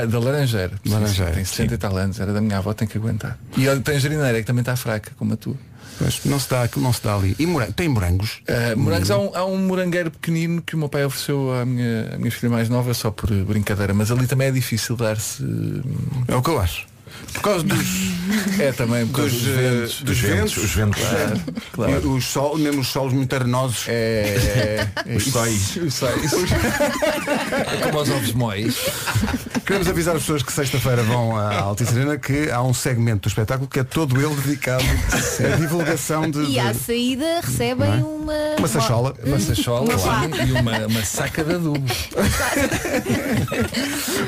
Da, da laranjeira. Sim,
Laranjeira,
sim, Tem 60 e tal anos, era da minha avó, tem que aguentar. E a tangerineira que também está fraca, como a tua.
Pois, não se dá, aquilo não se dá ali. E morango, tem morangos?
Ah, morangos,
Hum.
há um, há um morangueiro pequenino que o meu pai ofereceu à minha, à minha filha mais nova só por brincadeira, mas ali também é difícil dar-se.
É o que eu acho. Por causa dos.
É também por causa
dos,
dos,
eh,
ventos.
dos ventos,
os ventos.
Claro,
claro.
E os sol, mesmo os solos muito arenosos.
É, é, é
Os
isso.
sóis.
Os sóis. É como aos ovos mois.
Hum.
Queremos avisar as pessoas que sexta-feira vão à Altice Arena que há um segmento do espetáculo que é todo ele dedicado à divulgação de.
E à
de-
saída recebem
Não é?
uma...
Uma sachola.
Uma sachola
Uma
claro,
pá.
e uma, uma saca de adubo.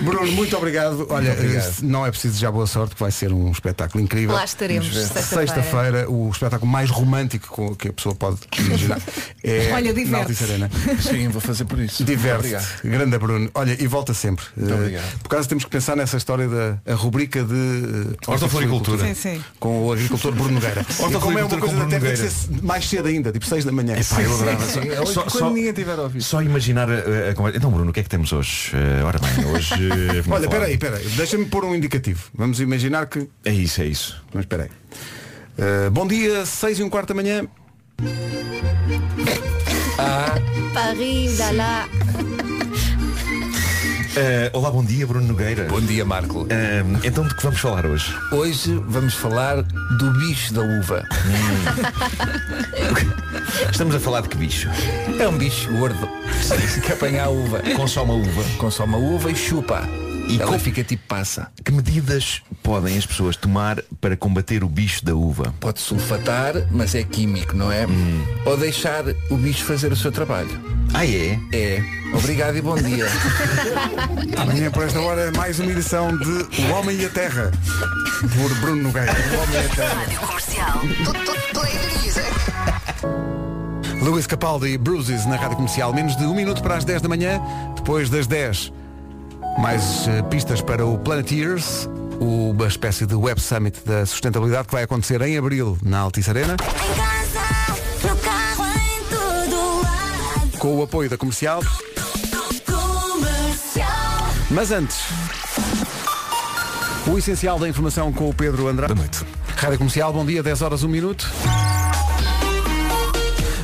Bruno, muito obrigado. Olha, eh, não é preciso já boa sorte, que vai ser um espetáculo incrível.
Lá estaremos,
Vamos ver.
sexta-feira.
Sexta-feira, o espetáculo mais romântico com- que a pessoa pode imaginar. É
Olha,
na
diverte-se.
Altice Arena.
Sim, vou fazer por isso.
Diverte.
Obrigado.
Grande Bruno. Olha, e volta sempre. Eh,
obrigado.
Por causa temos que pensar nessa história da a rubrica de eh,
Hortofloricultura.
Sim, sim.
Com o agricultor Bruno Nogueira. E como é uma
Hortofloricultura com
coisa da
Bruno
terra, tem que
Nogueira.
ser mais cedo ainda, tipo 6 da manhã.
Epá, eu adorava. É
Sim, sim.
Só-
Quando
só-
ninguém tiver ouvido.
Só imaginar a, a conversa. Então Bruno, o que é que temos hoje? Eh, ora bem, hoje. eh, vamos
Olha,
falar-
peraí, peraí. Deixa-me pôr um indicativo. Vamos imaginar que.
É isso, é isso.
Mas espera aí. Eh, bom dia, 6 e um quarto da manhã.
Paris, dá lá.
Eh, olá, bom dia, Bruno Nogueira. Bom dia, Marco. então, de que vamos falar hoje?
Hoje vamos falar do bicho da uva.
Estamos a falar de que bicho?
É um bicho gordo. Que apanha a uva.
Consome a uva.
Consome a uva e chupa.
E
Ela
com-
fica tipo passa.
Que medidas podem as pessoas tomar para combater o bicho da uva?
Pode sulfatar, mas é químico, não é? Ou deixar o bicho fazer o seu trabalho.
Ah, é?
É. Obrigado e bom dia.
Amanhã por esta hora mais uma edição de O Homem e a Terra por Bruno Nogueira. O Homem e a Terra.
Rádio Comercial. Play the music.
Luís Capaldi e Bruises na Rádio Comercial. Menos de um minuto para as 10 da manhã, depois das 10. Mais eh, pistas para o Planeteers, uma espécie de Web Summit da Sustentabilidade que vai acontecer em Abril na Altice Arena.
No carro, em todo lado.
com o apoio da comercial. Mas antes, o essencial da informação com o Pedro Andrade. Boa noite. Rádio Comercial, bom dia, 10 horas, 1 minuto.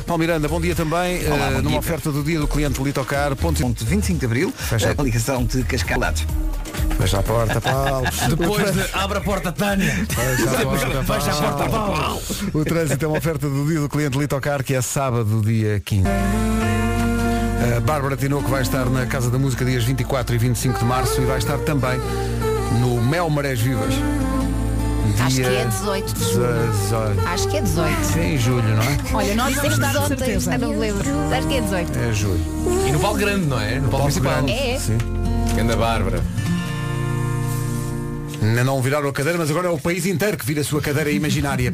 Paulo Miranda, bom dia também. eh, numa oferta do dia do cliente Litocar. Ponto...
25 de Abril,
Fecha.
a ligação de Cascalados.
Fecha a porta, Paulo.
Depois de-
Abre a porta, Tânia.
Fecha a porta,
Fecha a porta, Paulo.
O trânsito é uma oferta do dia do cliente Litocar, que é sábado, dia 15. A Bárbara Tinoco vai estar na Casa da Música dias 24 e 25 de março e vai estar também no Mel Marés Vivas.
Acho
Dia
que é 18 de julho.
18.
Acho que é 18.
É em julho, não é?
Olha, nós
vamos dar de certeza.
Não me lembro. Acho que é 18.
É julho.
E no Vale Grande, não é? No Vale Principal.
É.
Sim.
Ganda Bárbara.
Ainda não viraram a cadeira, mas agora é o país inteiro que vira a sua cadeira imaginária.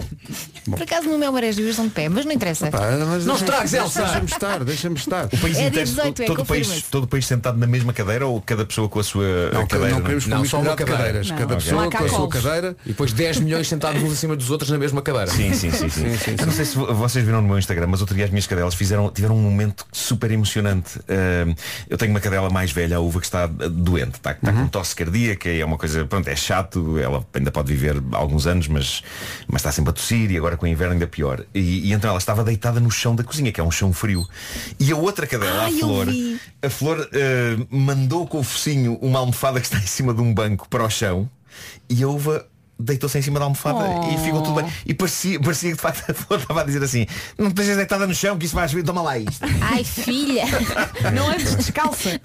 Por acaso no meu Marés Vivas estão de pé, mas não interessa.
Pá, mas
Não
deixa-
estragues, Elsa.
Deixa-me estar, deixa-me estar.
O país
É dia
inteiro,
18, é,
todo, o país,
confirma-se.
todo o país sentado na mesma cadeira ou cada pessoa com a sua
Não,
cadeira?
não queremos
Não, é?
promiscuidade de cadeiras.
Não.
Cada
Ok.
pessoa
Não há
com a sua
cacolos.
cadeira.
E depois 10 milhões sentados uns em cima dos outros na mesma cadeira.
Sim, sim, sim. sim. Eu não sei se vo- vocês viram no meu Instagram, mas outro dia as minhas cadelas fizeram, tiveram um momento super emocionante. Ahm, eu tenho uma cadela mais velha, a uva, que está ah, doente, está, está com tosse cardíaca e é uma coisa, pronto, é chato, ela ainda pode viver alguns anos, mas, mas está sempre a tossir e agora com o inverno ainda pior. E, e então ela estava deitada no chão da cozinha, que é um chão frio. E a outra cadela,
Ai,
a
eu
flor,
vi.
a flor ah, mandou com o focinho uma almofada que está em cima de um banco para o chão e a uva deitou-se em cima da almofada
Oh.
e ficou tudo bem. E parecia, parecia que de facto a flor estava a dizer assim, não te deixes deitada no chão que isso vai subir, toma lá isto.
Ai, filha.
Não andes descalça.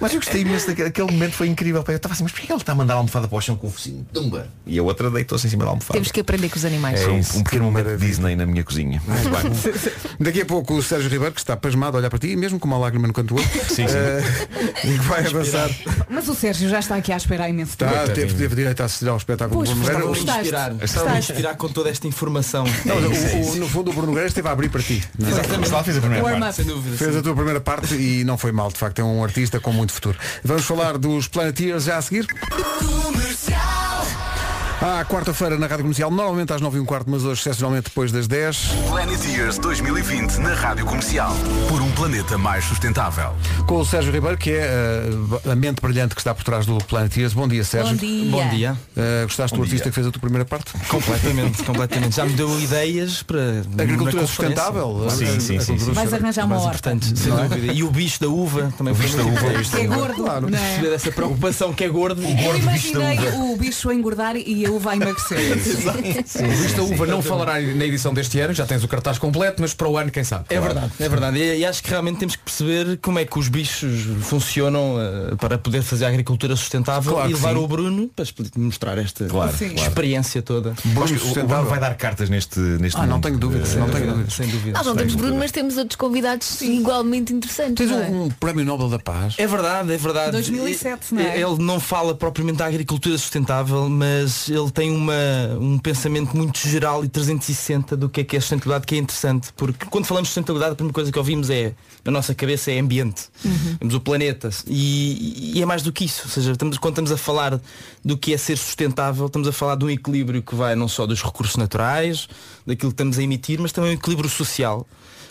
Mas eu gostei imenso daquele aquele momento, foi incrível. pá. Eu estava assim, mas porquê que ele está a mandar a almofada para o chão com o focinho? Tumba. E a outra deitou-se em cima da almofada.
Temos que aprender com os animais.
É um, um pequeno momento de Disney na minha cozinha. Mas bem.
Daqui a pouco o Sérgio Ribeiro, que está pasmado a olhar para ti, mesmo com uma lágrima no canto do olho, eh, e que vai avançar. Tá,
Mas o Sérgio já está aqui à espera há imenso tempo.
Está, teve, teve direito a assistir ao espetáculo
Pois,
do Bruno
estava a
Nogueira.
inspirar.
Estava a inspirar.
com toda esta informação.
Não, o- o- no fundo o Bruno Nogueira esteve a abrir para ti. não é?
Exatamente. Lá fez a primeira Warm parte. up. Sem dúvida,
Fez
sim.
a tua primeira parte e não foi mal, de facto, é um artista com muito futuro. Vamos falar dos Planeteers já a seguir. À quarta-feira na Rádio Comercial, normalmente às 9 e um quarto, mas hoje excepcionalmente depois das 10.
Planeteers 2020 na Rádio Comercial. Por um planeta mais sustentável.
com o Sérgio Ribeiro, que é eh, a mente brilhante que está por trás do Planeteers. Bom dia,
Bom
Sérgio.
dia. Bom dia.
Eh, gostaste
Bom
do artista
dia.
que fez a tua primeira parte?
Completamente, completamente. Já me deu ideias para.
Agricultura é
uma conferência.
sustentável.
Sim, sim,
é
sim. sim.
Vais arranjar uma
Mais
horta.
importante, sem
Não é?
dúvida. E o bicho da uva também.
O
foi
bicho
muito
da uva,
importante.
o bicho da Que é uva. gordo, Claro. não é?
Perceber essa preocupação que é gordo. O
Eu imaginei o bicho a engordar e a uva a emagrecer.
O Vista Uva não falará na edição deste ano, já tens o cartaz completo, mas para o ano quem sabe.
É verdade, é verdade. E, e acho que realmente temos que perceber como é que os bichos funcionam eh, para poder fazer a agricultura sustentável
Claro
e
que
levar
sim.
o Bruno para expli- mostrar esta
Claro, Sim. claro.
experiência toda.
Acho que o- o Bruno vai dar cartas neste neste
Ah, não
mundo.
tenho dúvidas,
Eh,
não tenho dúvidas.
Sem dúvida.
Nós não temos Bruno, mas temos outros convidados igualmente interessantes.
Tens
não é?
um, um Prémio Nobel da Paz.
É verdade, é verdade.
2007, não é?
Ele não fala propriamente da agricultura sustentável, mas ele tem uma, um pensamento muito geral e 360 do que é que é sustentabilidade, que é interessante, porque quando falamos de sustentabilidade, a primeira coisa que ouvimos é, na nossa cabeça, é ambiente. Temos o planeta. E, e é mais do que isso. Ou seja, estamos, quando estamos a falar do que é ser sustentável, estamos a falar de um equilíbrio que vai não só dos recursos naturais, daquilo que estamos a emitir, mas também um equilíbrio social.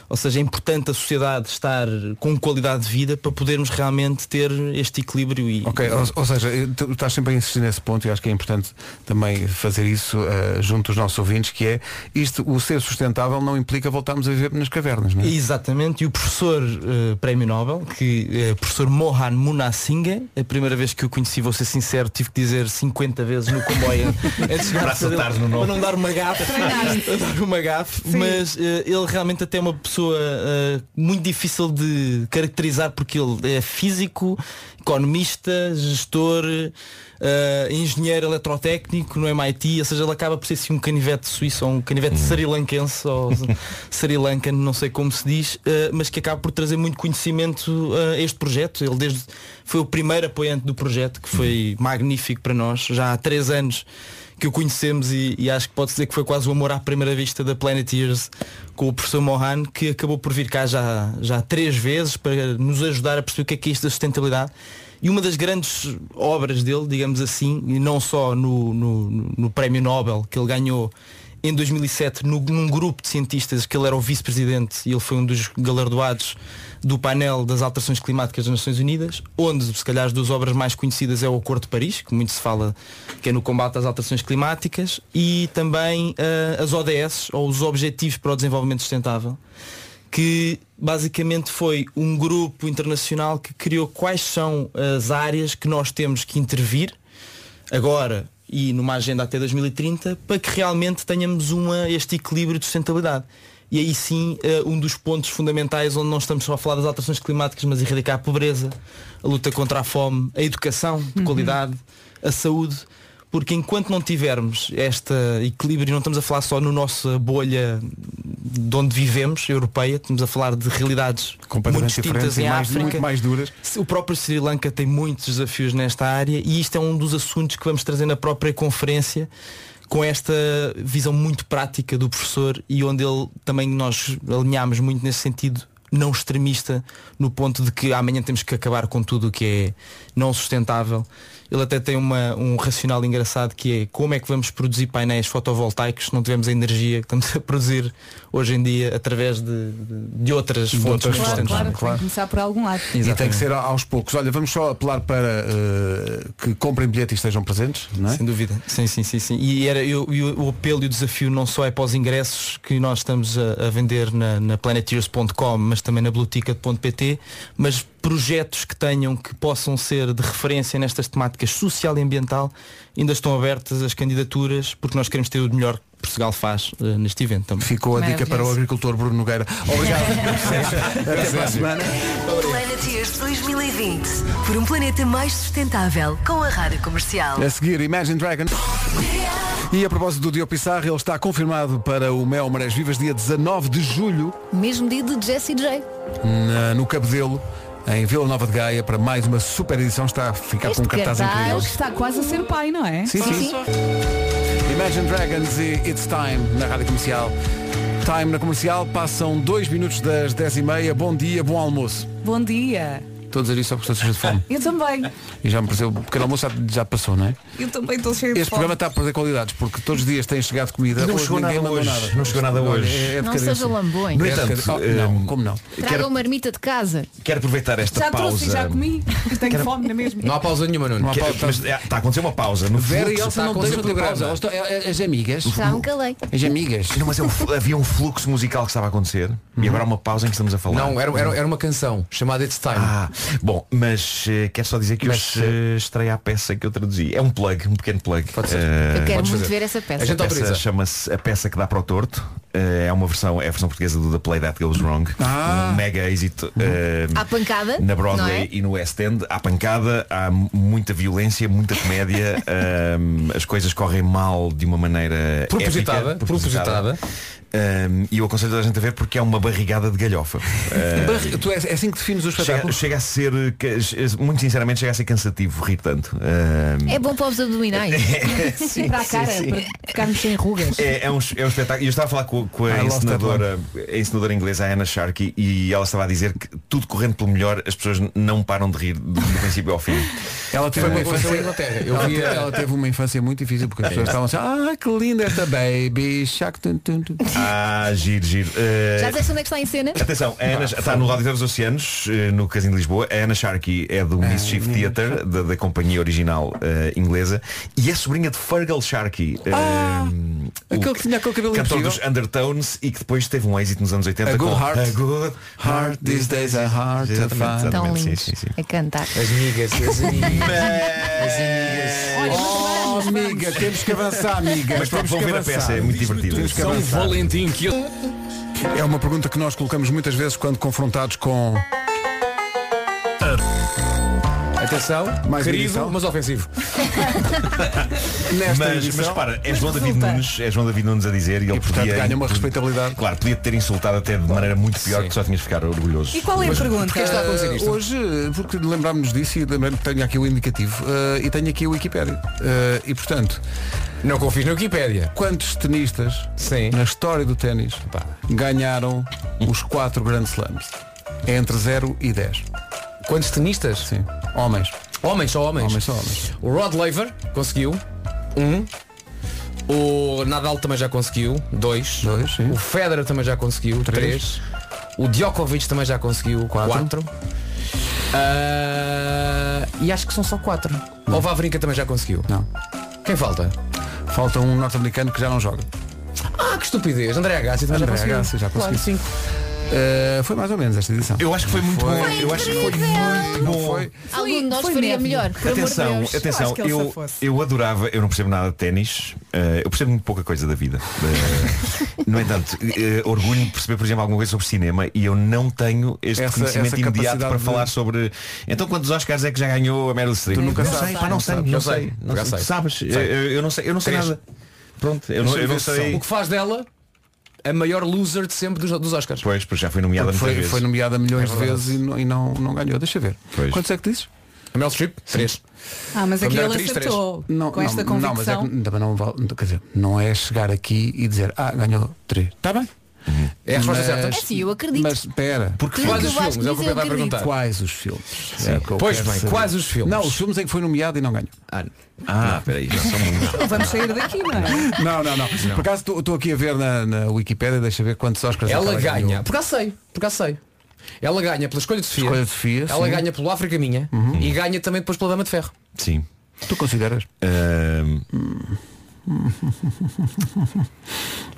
Ou seja, é importante a sociedade estar com qualidade de vida para podermos realmente ter este equilíbrio e.
Ok, ou, ou seja, eu- tu estás sempre a insistir nesse ponto e acho que é importante também fazer isso eh, junto dos nossos ouvintes, que é isto, o ser sustentável não implica voltarmos a viver nas cavernas, não é?
Exatamente, e o professor eh, Prémio Nobel, que é o professor Mohan Munasinghe, a primeira vez que o conheci, vou ser sincero, tive que dizer 50 vezes no comboio antes de chegar
Para
à casa dele,
acertares no nome.
para não dar uma gafe,
Treinaste.
Para dar uma gafe
Sim.
mas eh, ele realmente até é uma pessoa eh, muito difícil de caracterizar porque ele é físico, economista, gestor, eh, engenheiro eletrotécnico é no MIT, ou seja, ele acaba por ser assim, um canivete suíço ou um canivete
Hum.
sri-lankense ou Sri Lankan, não sei como se diz, eh, mas que acaba por trazer muito conhecimento eh, a este projeto. Ele desde foi o primeiro apoiante do projeto, que foi
Hum.
magnífico para nós, já há três anos que o conhecemos e, e acho que pode dizer que foi quase o amor à primeira vista da Planet Years com o professor Mohan, que acabou por vir cá já, já três vezes para nos ajudar a perceber o que é que é isto da sustentabilidade. E uma das grandes obras dele, digamos assim, e não só no, no, no Prémio Nobel que ele ganhou em 2007 no- num grupo de cientistas que ele era o vice-presidente e ele foi um dos galardoados do painel das alterações climáticas das Nações Unidas, onde se calhar as duas obras mais conhecidas é o Acordo de Paris, que muito se fala que é no combate às alterações climáticas, e também eh, as ODS, ou os Objetivos para o Desenvolvimento Sustentável, que basicamente foi um grupo internacional que criou quais são as áreas que nós temos que intervir agora e numa agenda até 2030 para que realmente tenhamos uma, este equilíbrio de sustentabilidade. E aí sim, eh, um dos pontos fundamentais onde não estamos só a falar das alterações climáticas, mas erradicar a pobreza, a luta contra a fome, a educação de
Uhum.
qualidade, a saúde, porque enquanto não tivermos este equilíbrio, não estamos a falar só no nossa bolha de onde vivemos, europeia, estamos a falar de realidades
Completamente
muito distintas
diferentes e
em
mais,
África.
muito mais duras.
O próprio Sri Lanka tem muitos desafios nesta área e isto é um dos assuntos que vamos trazer na própria conferência com esta visão muito prática do professor e onde ele também nós alinhámos muito nesse sentido não extremista no ponto de que amanhã temos que acabar com tudo o que é não sustentável. Ele até tem uma, um racional engraçado que é como é que vamos produzir painéis fotovoltaicos se não tivermos a energia que estamos a produzir hoje em dia através de, de- de outras
De
fontes
outras
mais
fontes,
sustentáveis.
Claro, tem que começar por algum lado.
E tem que ser a- aos poucos. Olha, vamos só apelar para eh, que comprem bilhete e estejam presentes, não é?
Sem dúvida. Sim, sim, sim, sim. E, era, eu, e o- o apelo e o desafio não só é para os ingressos que nós estamos a, a vender na, na planeteers.com, mas também na blutica.pt, mas projetos que tenham, que possam ser de referência nestas temáticas social e ambiental, ainda estão abertas as candidaturas, porque nós queremos ter o melhor que Portugal faz eh, neste evento também.
Ficou a dica para o agricultor Bruno Nogueira. Obrigado. Até para a semana.
Planeteers 2020. Por um planeta mais sustentável com a Rádio Comercial.
A seguir, Imagine Dragon. E a propósito do Diogo Pissarro, ele está confirmado para o Mel Marés Vivas, dia 19 de julho,
é? Mesmo dia de Jesse J.
na- no Cabedelo, em Vila Nova de Gaia, para mais uma super edição. Está a ficar com um cartaz incrível.
Ele está quase a ser pai, não é?
Sim, sim. Imagine Dragons e It's Time na Rádio Comercial. Time na Comercial, passam dois minutos das 10h30. Bom dia, bom almoço.
Bom dia.
Estou a dizer isso só porque estou cheio de fome.
Eu também.
E já me pareceu, porque o almoço já, já passou, não é?
Eu também estou cheio de
Este
fome.
programa está a perder qualidades, porque todos os dias tem chegado comida.
E não
hoje
chegou nada
ninguém mandou
hoje,
nada.
não chegou nada hoje.
É- é
Não
decadência.
seja lambões.
No
É
entanto,
decadência. Oh, não,
eh,
como não?
Traga uma marmita de casa.
Quero aproveitar esta
Já
pausa.
trouxe, já comi. Eu tenho fome é na mesma.
pausa nenhuma, Nuno.
Não há
Que-
pausa.
mas, é, está a acontecer uma pausa. No
Vera e
fluxo,
Elsa
está a
não
acontecer
deixam
um
ter pausa.
programa.
Elas estão- é- é- As amigas.
Tá
Já
um
me calei.
As amigas.
Não, mas é um flu- havia um fluxo musical que estava a acontecer e agora há uma pausa em que estamos a falar.
Não, é. era, era, era uma canção chamada It's Time.
Ah, bom, mas eh, quero só dizer que
Mas,
hoje eh, estreia a peça que eu traduzi. É um plug, um pequeno plug. Eh, Pode
ser.
Eu quero muito ver essa peça.
A,
A gente
peça
autoriza.
chama-se A Peça que dá para o Torto. Eh, é uma versão, é a versão portuguesa do The Play That Goes Wrong. Um mega êxito. eh,
À pancada.
na
não
Broadway
é?
e no West End há pancada, há muita violência, muita comédia, hum, as coisas correm mal de uma maneira
Propositada,
épica,
propositada.
Hum, e eu aconselho toda a gente a ver porque é uma barrigada de galhofa. Hum,
Barri- Tu és, é assim que defines o
chega,
espetáculo?
chega a ser, eh, ca- muito sinceramente, chega a ser cansativo rir tanto. Hum,
É bom para os abdominais.
Sim,
para a
sim,
cara,
sim.
para ficarmos sem rugas.
É, é um, é um espetáculo. E Eu estava a falar com, com
I
a,
lost that
encenadora, a encenadora inglesa a Anna Sharkey e ela estava a dizer que tudo correndo pelo melhor as pessoas n- não param de rir do, do princípio ao fim.
Ela teve,
Foi uma
uma infância,
infância em Inglaterra. Eu
ela,
vi a-
ela teve uma infância muito difícil porque as
É
pessoas
isso.
estavam assim, ah, que linda esta baby shark. Tum, tum, tum."
Ah, giro, giro. Eh,
Já disseste onde é que está em cena?
Atenção, a Ana,
Ah,
está no Rádio dos Oceanos, eh, no Casino de Lisboa. A Ana Sharkey é do Mischief Theatre, da, da companhia original eh, inglesa, e é sobrinha de Fergal Sharkey. eh,
Ah, Aquele que tinha aquele cabelo
Cantor
impossível.
dos Undertones e que depois teve um êxito nos anos 80
A good
com
heart.
A Good Heart
These days a heart to
Exatamente,
find.
Tão
exatamente, sim,
lindos.
sim, sim.
A cantar.
As migas, as
Oh, amiga, temos que avançar, amiga.
Mas pronto,
temos
vão
que
ver a
avançar.
peça, é muito divertido.
Temos que
São
avançar.
Valentim que
É uma pergunta que nós colocamos muitas vezes quando confrontados com.
Atenção,
Mais uma
querido,
edição.
mas ofensivo.
Nesta
mas,
edição-
mas para, é
Mas
João David
resulta.
Nunes, é João David Nunes a dizer e ele
portanto,
podia,
ganha uma respeitabilidade.
Claro, podia ter insultado até de maneira muito pior que só tinhas de ficar orgulhoso.
E qual é a
Mas
pergunta?
porquê está a acontecer isto? eh, Hoje, porque lembrámos-nos disso e lembrei-me que tenho aqui o indicativo eh, e tenho aqui o Wikipédia. Eh, e portanto.
Não confies na Wikipédia.
Quantos tenistas
Né?
na história do ténis ganharam os quatro Grand Slams? É entre 0 e 10.
Quantos tenistas? Sim.
Homens.
Homens, só homens.
Homens, só homens.
O Rod Laver conseguiu. Um. O Nadal também já conseguiu. Dois.
Dois sim.
O Federer também já conseguiu. Três. O Djokovic também já conseguiu. Quatro. Ah, e acho que são só quatro. O Vavrinka também já conseguiu.
Não.
Quem falta?
Falta um norte-americano que já não joga.
Ah, que estupidez. André Agassi também
André
já conseguiu.
Agassi já
Claro,
conseguiu.
cinco.
Eh, foi mais ou menos esta edição.
Eu acho que foi muito bom. Eu acho que foi muito bom.
Algum de nós
foi
faria
mesmo.
melhor. por amor de
Atenção,
Deus.
atenção, eu, eu adorava, eu não percebo nada de ténis, eh, eu percebo muito pouca coisa da vida. Eh, no entanto, eh, orgulho-me de perceber, por exemplo, alguma coisa sobre cinema e eu não tenho este
Essa-
conhecimento
essa
imediato
capacidade
para
de-
falar sobre. Então quantos Oscars é que já ganhou a Meryl Streep?
Tu nunca
não
sabes.
sei, pá, não,
Não
sei,
sabes.
não
Eu
sei.
sei,
não
eu
sei.
sei.
Sabes?
Sei.
Eu, eu- eu não sei, eu não sei
Três.
nada. Pronto, eu não, eu não sei.
O que faz dela a maior loser de sempre dos, dos Oscars.
Pois, pois já foi nomeada muitas
Foi,
vezes.
foi nomeada milhões
É
de
verdade.
vezes e não, e não, não ganhou. Deixa eu ver.
Pois.
Quantos é que dizes?
A Mel Strip? Três.
Ah, mas
Foi
aqui
melhor
ele
atriz,
acertou
três. Não,
com esta
não,
convicção.
Não, mas é que também não vale. Quer dizer, não é chegar aqui e dizer, ah, ganhou três. Está bem?
É a resposta
Mas-
certa.
É
assim,
sim, eu acredito.
Mas espera.
Porque Tudo quais que os eu acho filmes? que É o que diz, eu vai acredito. perguntar.
Quais os filmes?
Sim.
É o que eu
Pois
quero
bem,
saber.
quais os filmes?
Não, os filmes em que foi nomeado e não ganhou.
Ah, peraí, já são muitos.
Não vamos sair daqui, não é?
Não, não, não. Por acaso estou aqui a ver na, na Wikipédia, deixa eu ver quantos Oscars é que
Ela
ela
ganha.
ganhou.
Por acaso sei, por acaso sei. Ela ganha pela escolha de Sofia. Uhum.
Escolha de Sofia,
Ela
sim.
ganha pelo África Minha e ganha também depois pela Dama de Ferro.
Sim.
Tu consideras?
Ahm,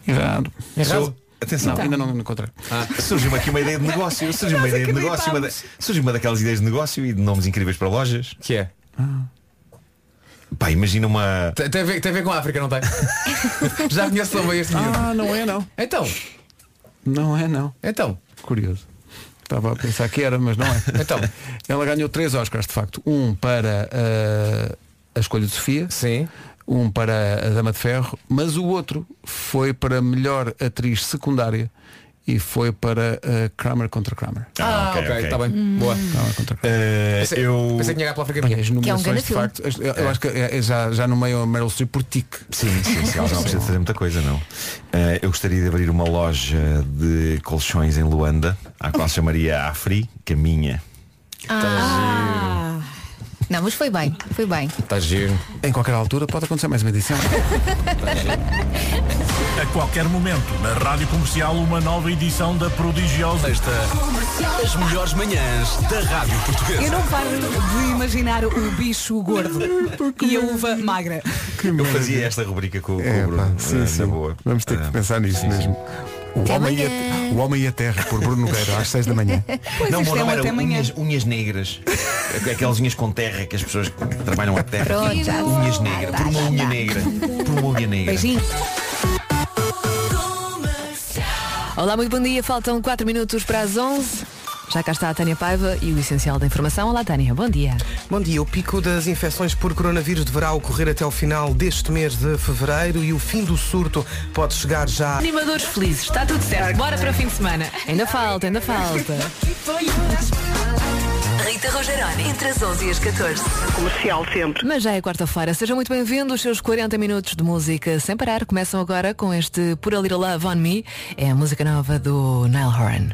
Errado.
É
Errado?
Sou-
Atenção. Ah,
Não, ainda não encontrei.
Surgiu-me aqui uma ideia de negócio, surgiu uma ideia de negócio, uma da- surgiu uma daquelas ideias de negócio e de nomes incríveis para lojas.
Que é?
Pá, imagina uma.
Tem, tem a ver, tem a ver com a África, não tem? Já conheço tão bem este miúdo.
Ah, não é não.
Então,
Não é não.
então.
Curioso. Estava a pensar que era, mas não é.
Então.
Ela ganhou três Oscars, de facto. Um para ah, a escolha de Sofia.
Sim.
Um para a Dama de Ferro. Mas o outro foi para melhor atriz secundária e foi para ah, Kramer contra Kramer.
Ah, ok, está
tá
bem. Boa.
Kramer contra Kramer.
Pensei,
Eh, eu-
pensei que tinha ganho pela África Minha.
As
Que é um
nomeações,
grande
de
filme.
facto, as- eu, eu acho que é- é já, já no meio a Meryl Streep por tique.
Sim, sim, sim, ela não precisa fazer muita coisa, não. Eh, eu gostaria de abrir uma loja de colchões em Luanda, à qual chamaria Afri, é Caminha.
Ah. Não, mas foi bem, foi bem.
Está giro.
Em qualquer altura pode acontecer mais uma edição.
A qualquer momento, na Rádio Comercial, uma nova edição da prodigiosa. Esta, as melhores manhãs da Rádio Portuguesa.
Eu não paro de imaginar o bicho gordo e a uva magra.
Eu fazia esta rubrica com, com
É,
o Bruno. eh, na boa.
Vamos ter que
Eh,
pensar nisso mesmo. O
Até
homem, e
amanhã.
a, o Homem e a Terra, por Bruno Guerra, às 6 da manhã.
Pois
não,
isto
bom,
é um
não
até
era
amanhã.
unhas, unhas negras. Aquelas unhas com terra que as pessoas que trabalham à terra.
Pronto, já.
Unhas negras, por uma unha negra. Por uma unha negra.
Beijinho.
Olá, muito bom dia. Faltam 4 minutos para as 11. Já cá está a Tânia Paiva e o essencial da informação. Olá, Tânia. Bom dia.
Bom dia. O pico das infecções por coronavírus deverá ocorrer até o final deste mês de fevereiro e o fim do surto pode chegar já.
Animadores felizes. Está tudo certo. Bora para o fim de semana. Ainda falta, ainda falta. Rita Rogeroni, entre as 11 e as 14. Comercial sempre. Mas já é quarta-feira. Sejam muito bem-vindos. Os seus 40 minutos de música sem parar começam agora com este Por a Little Love on Me. É a música nova do Nile Horan.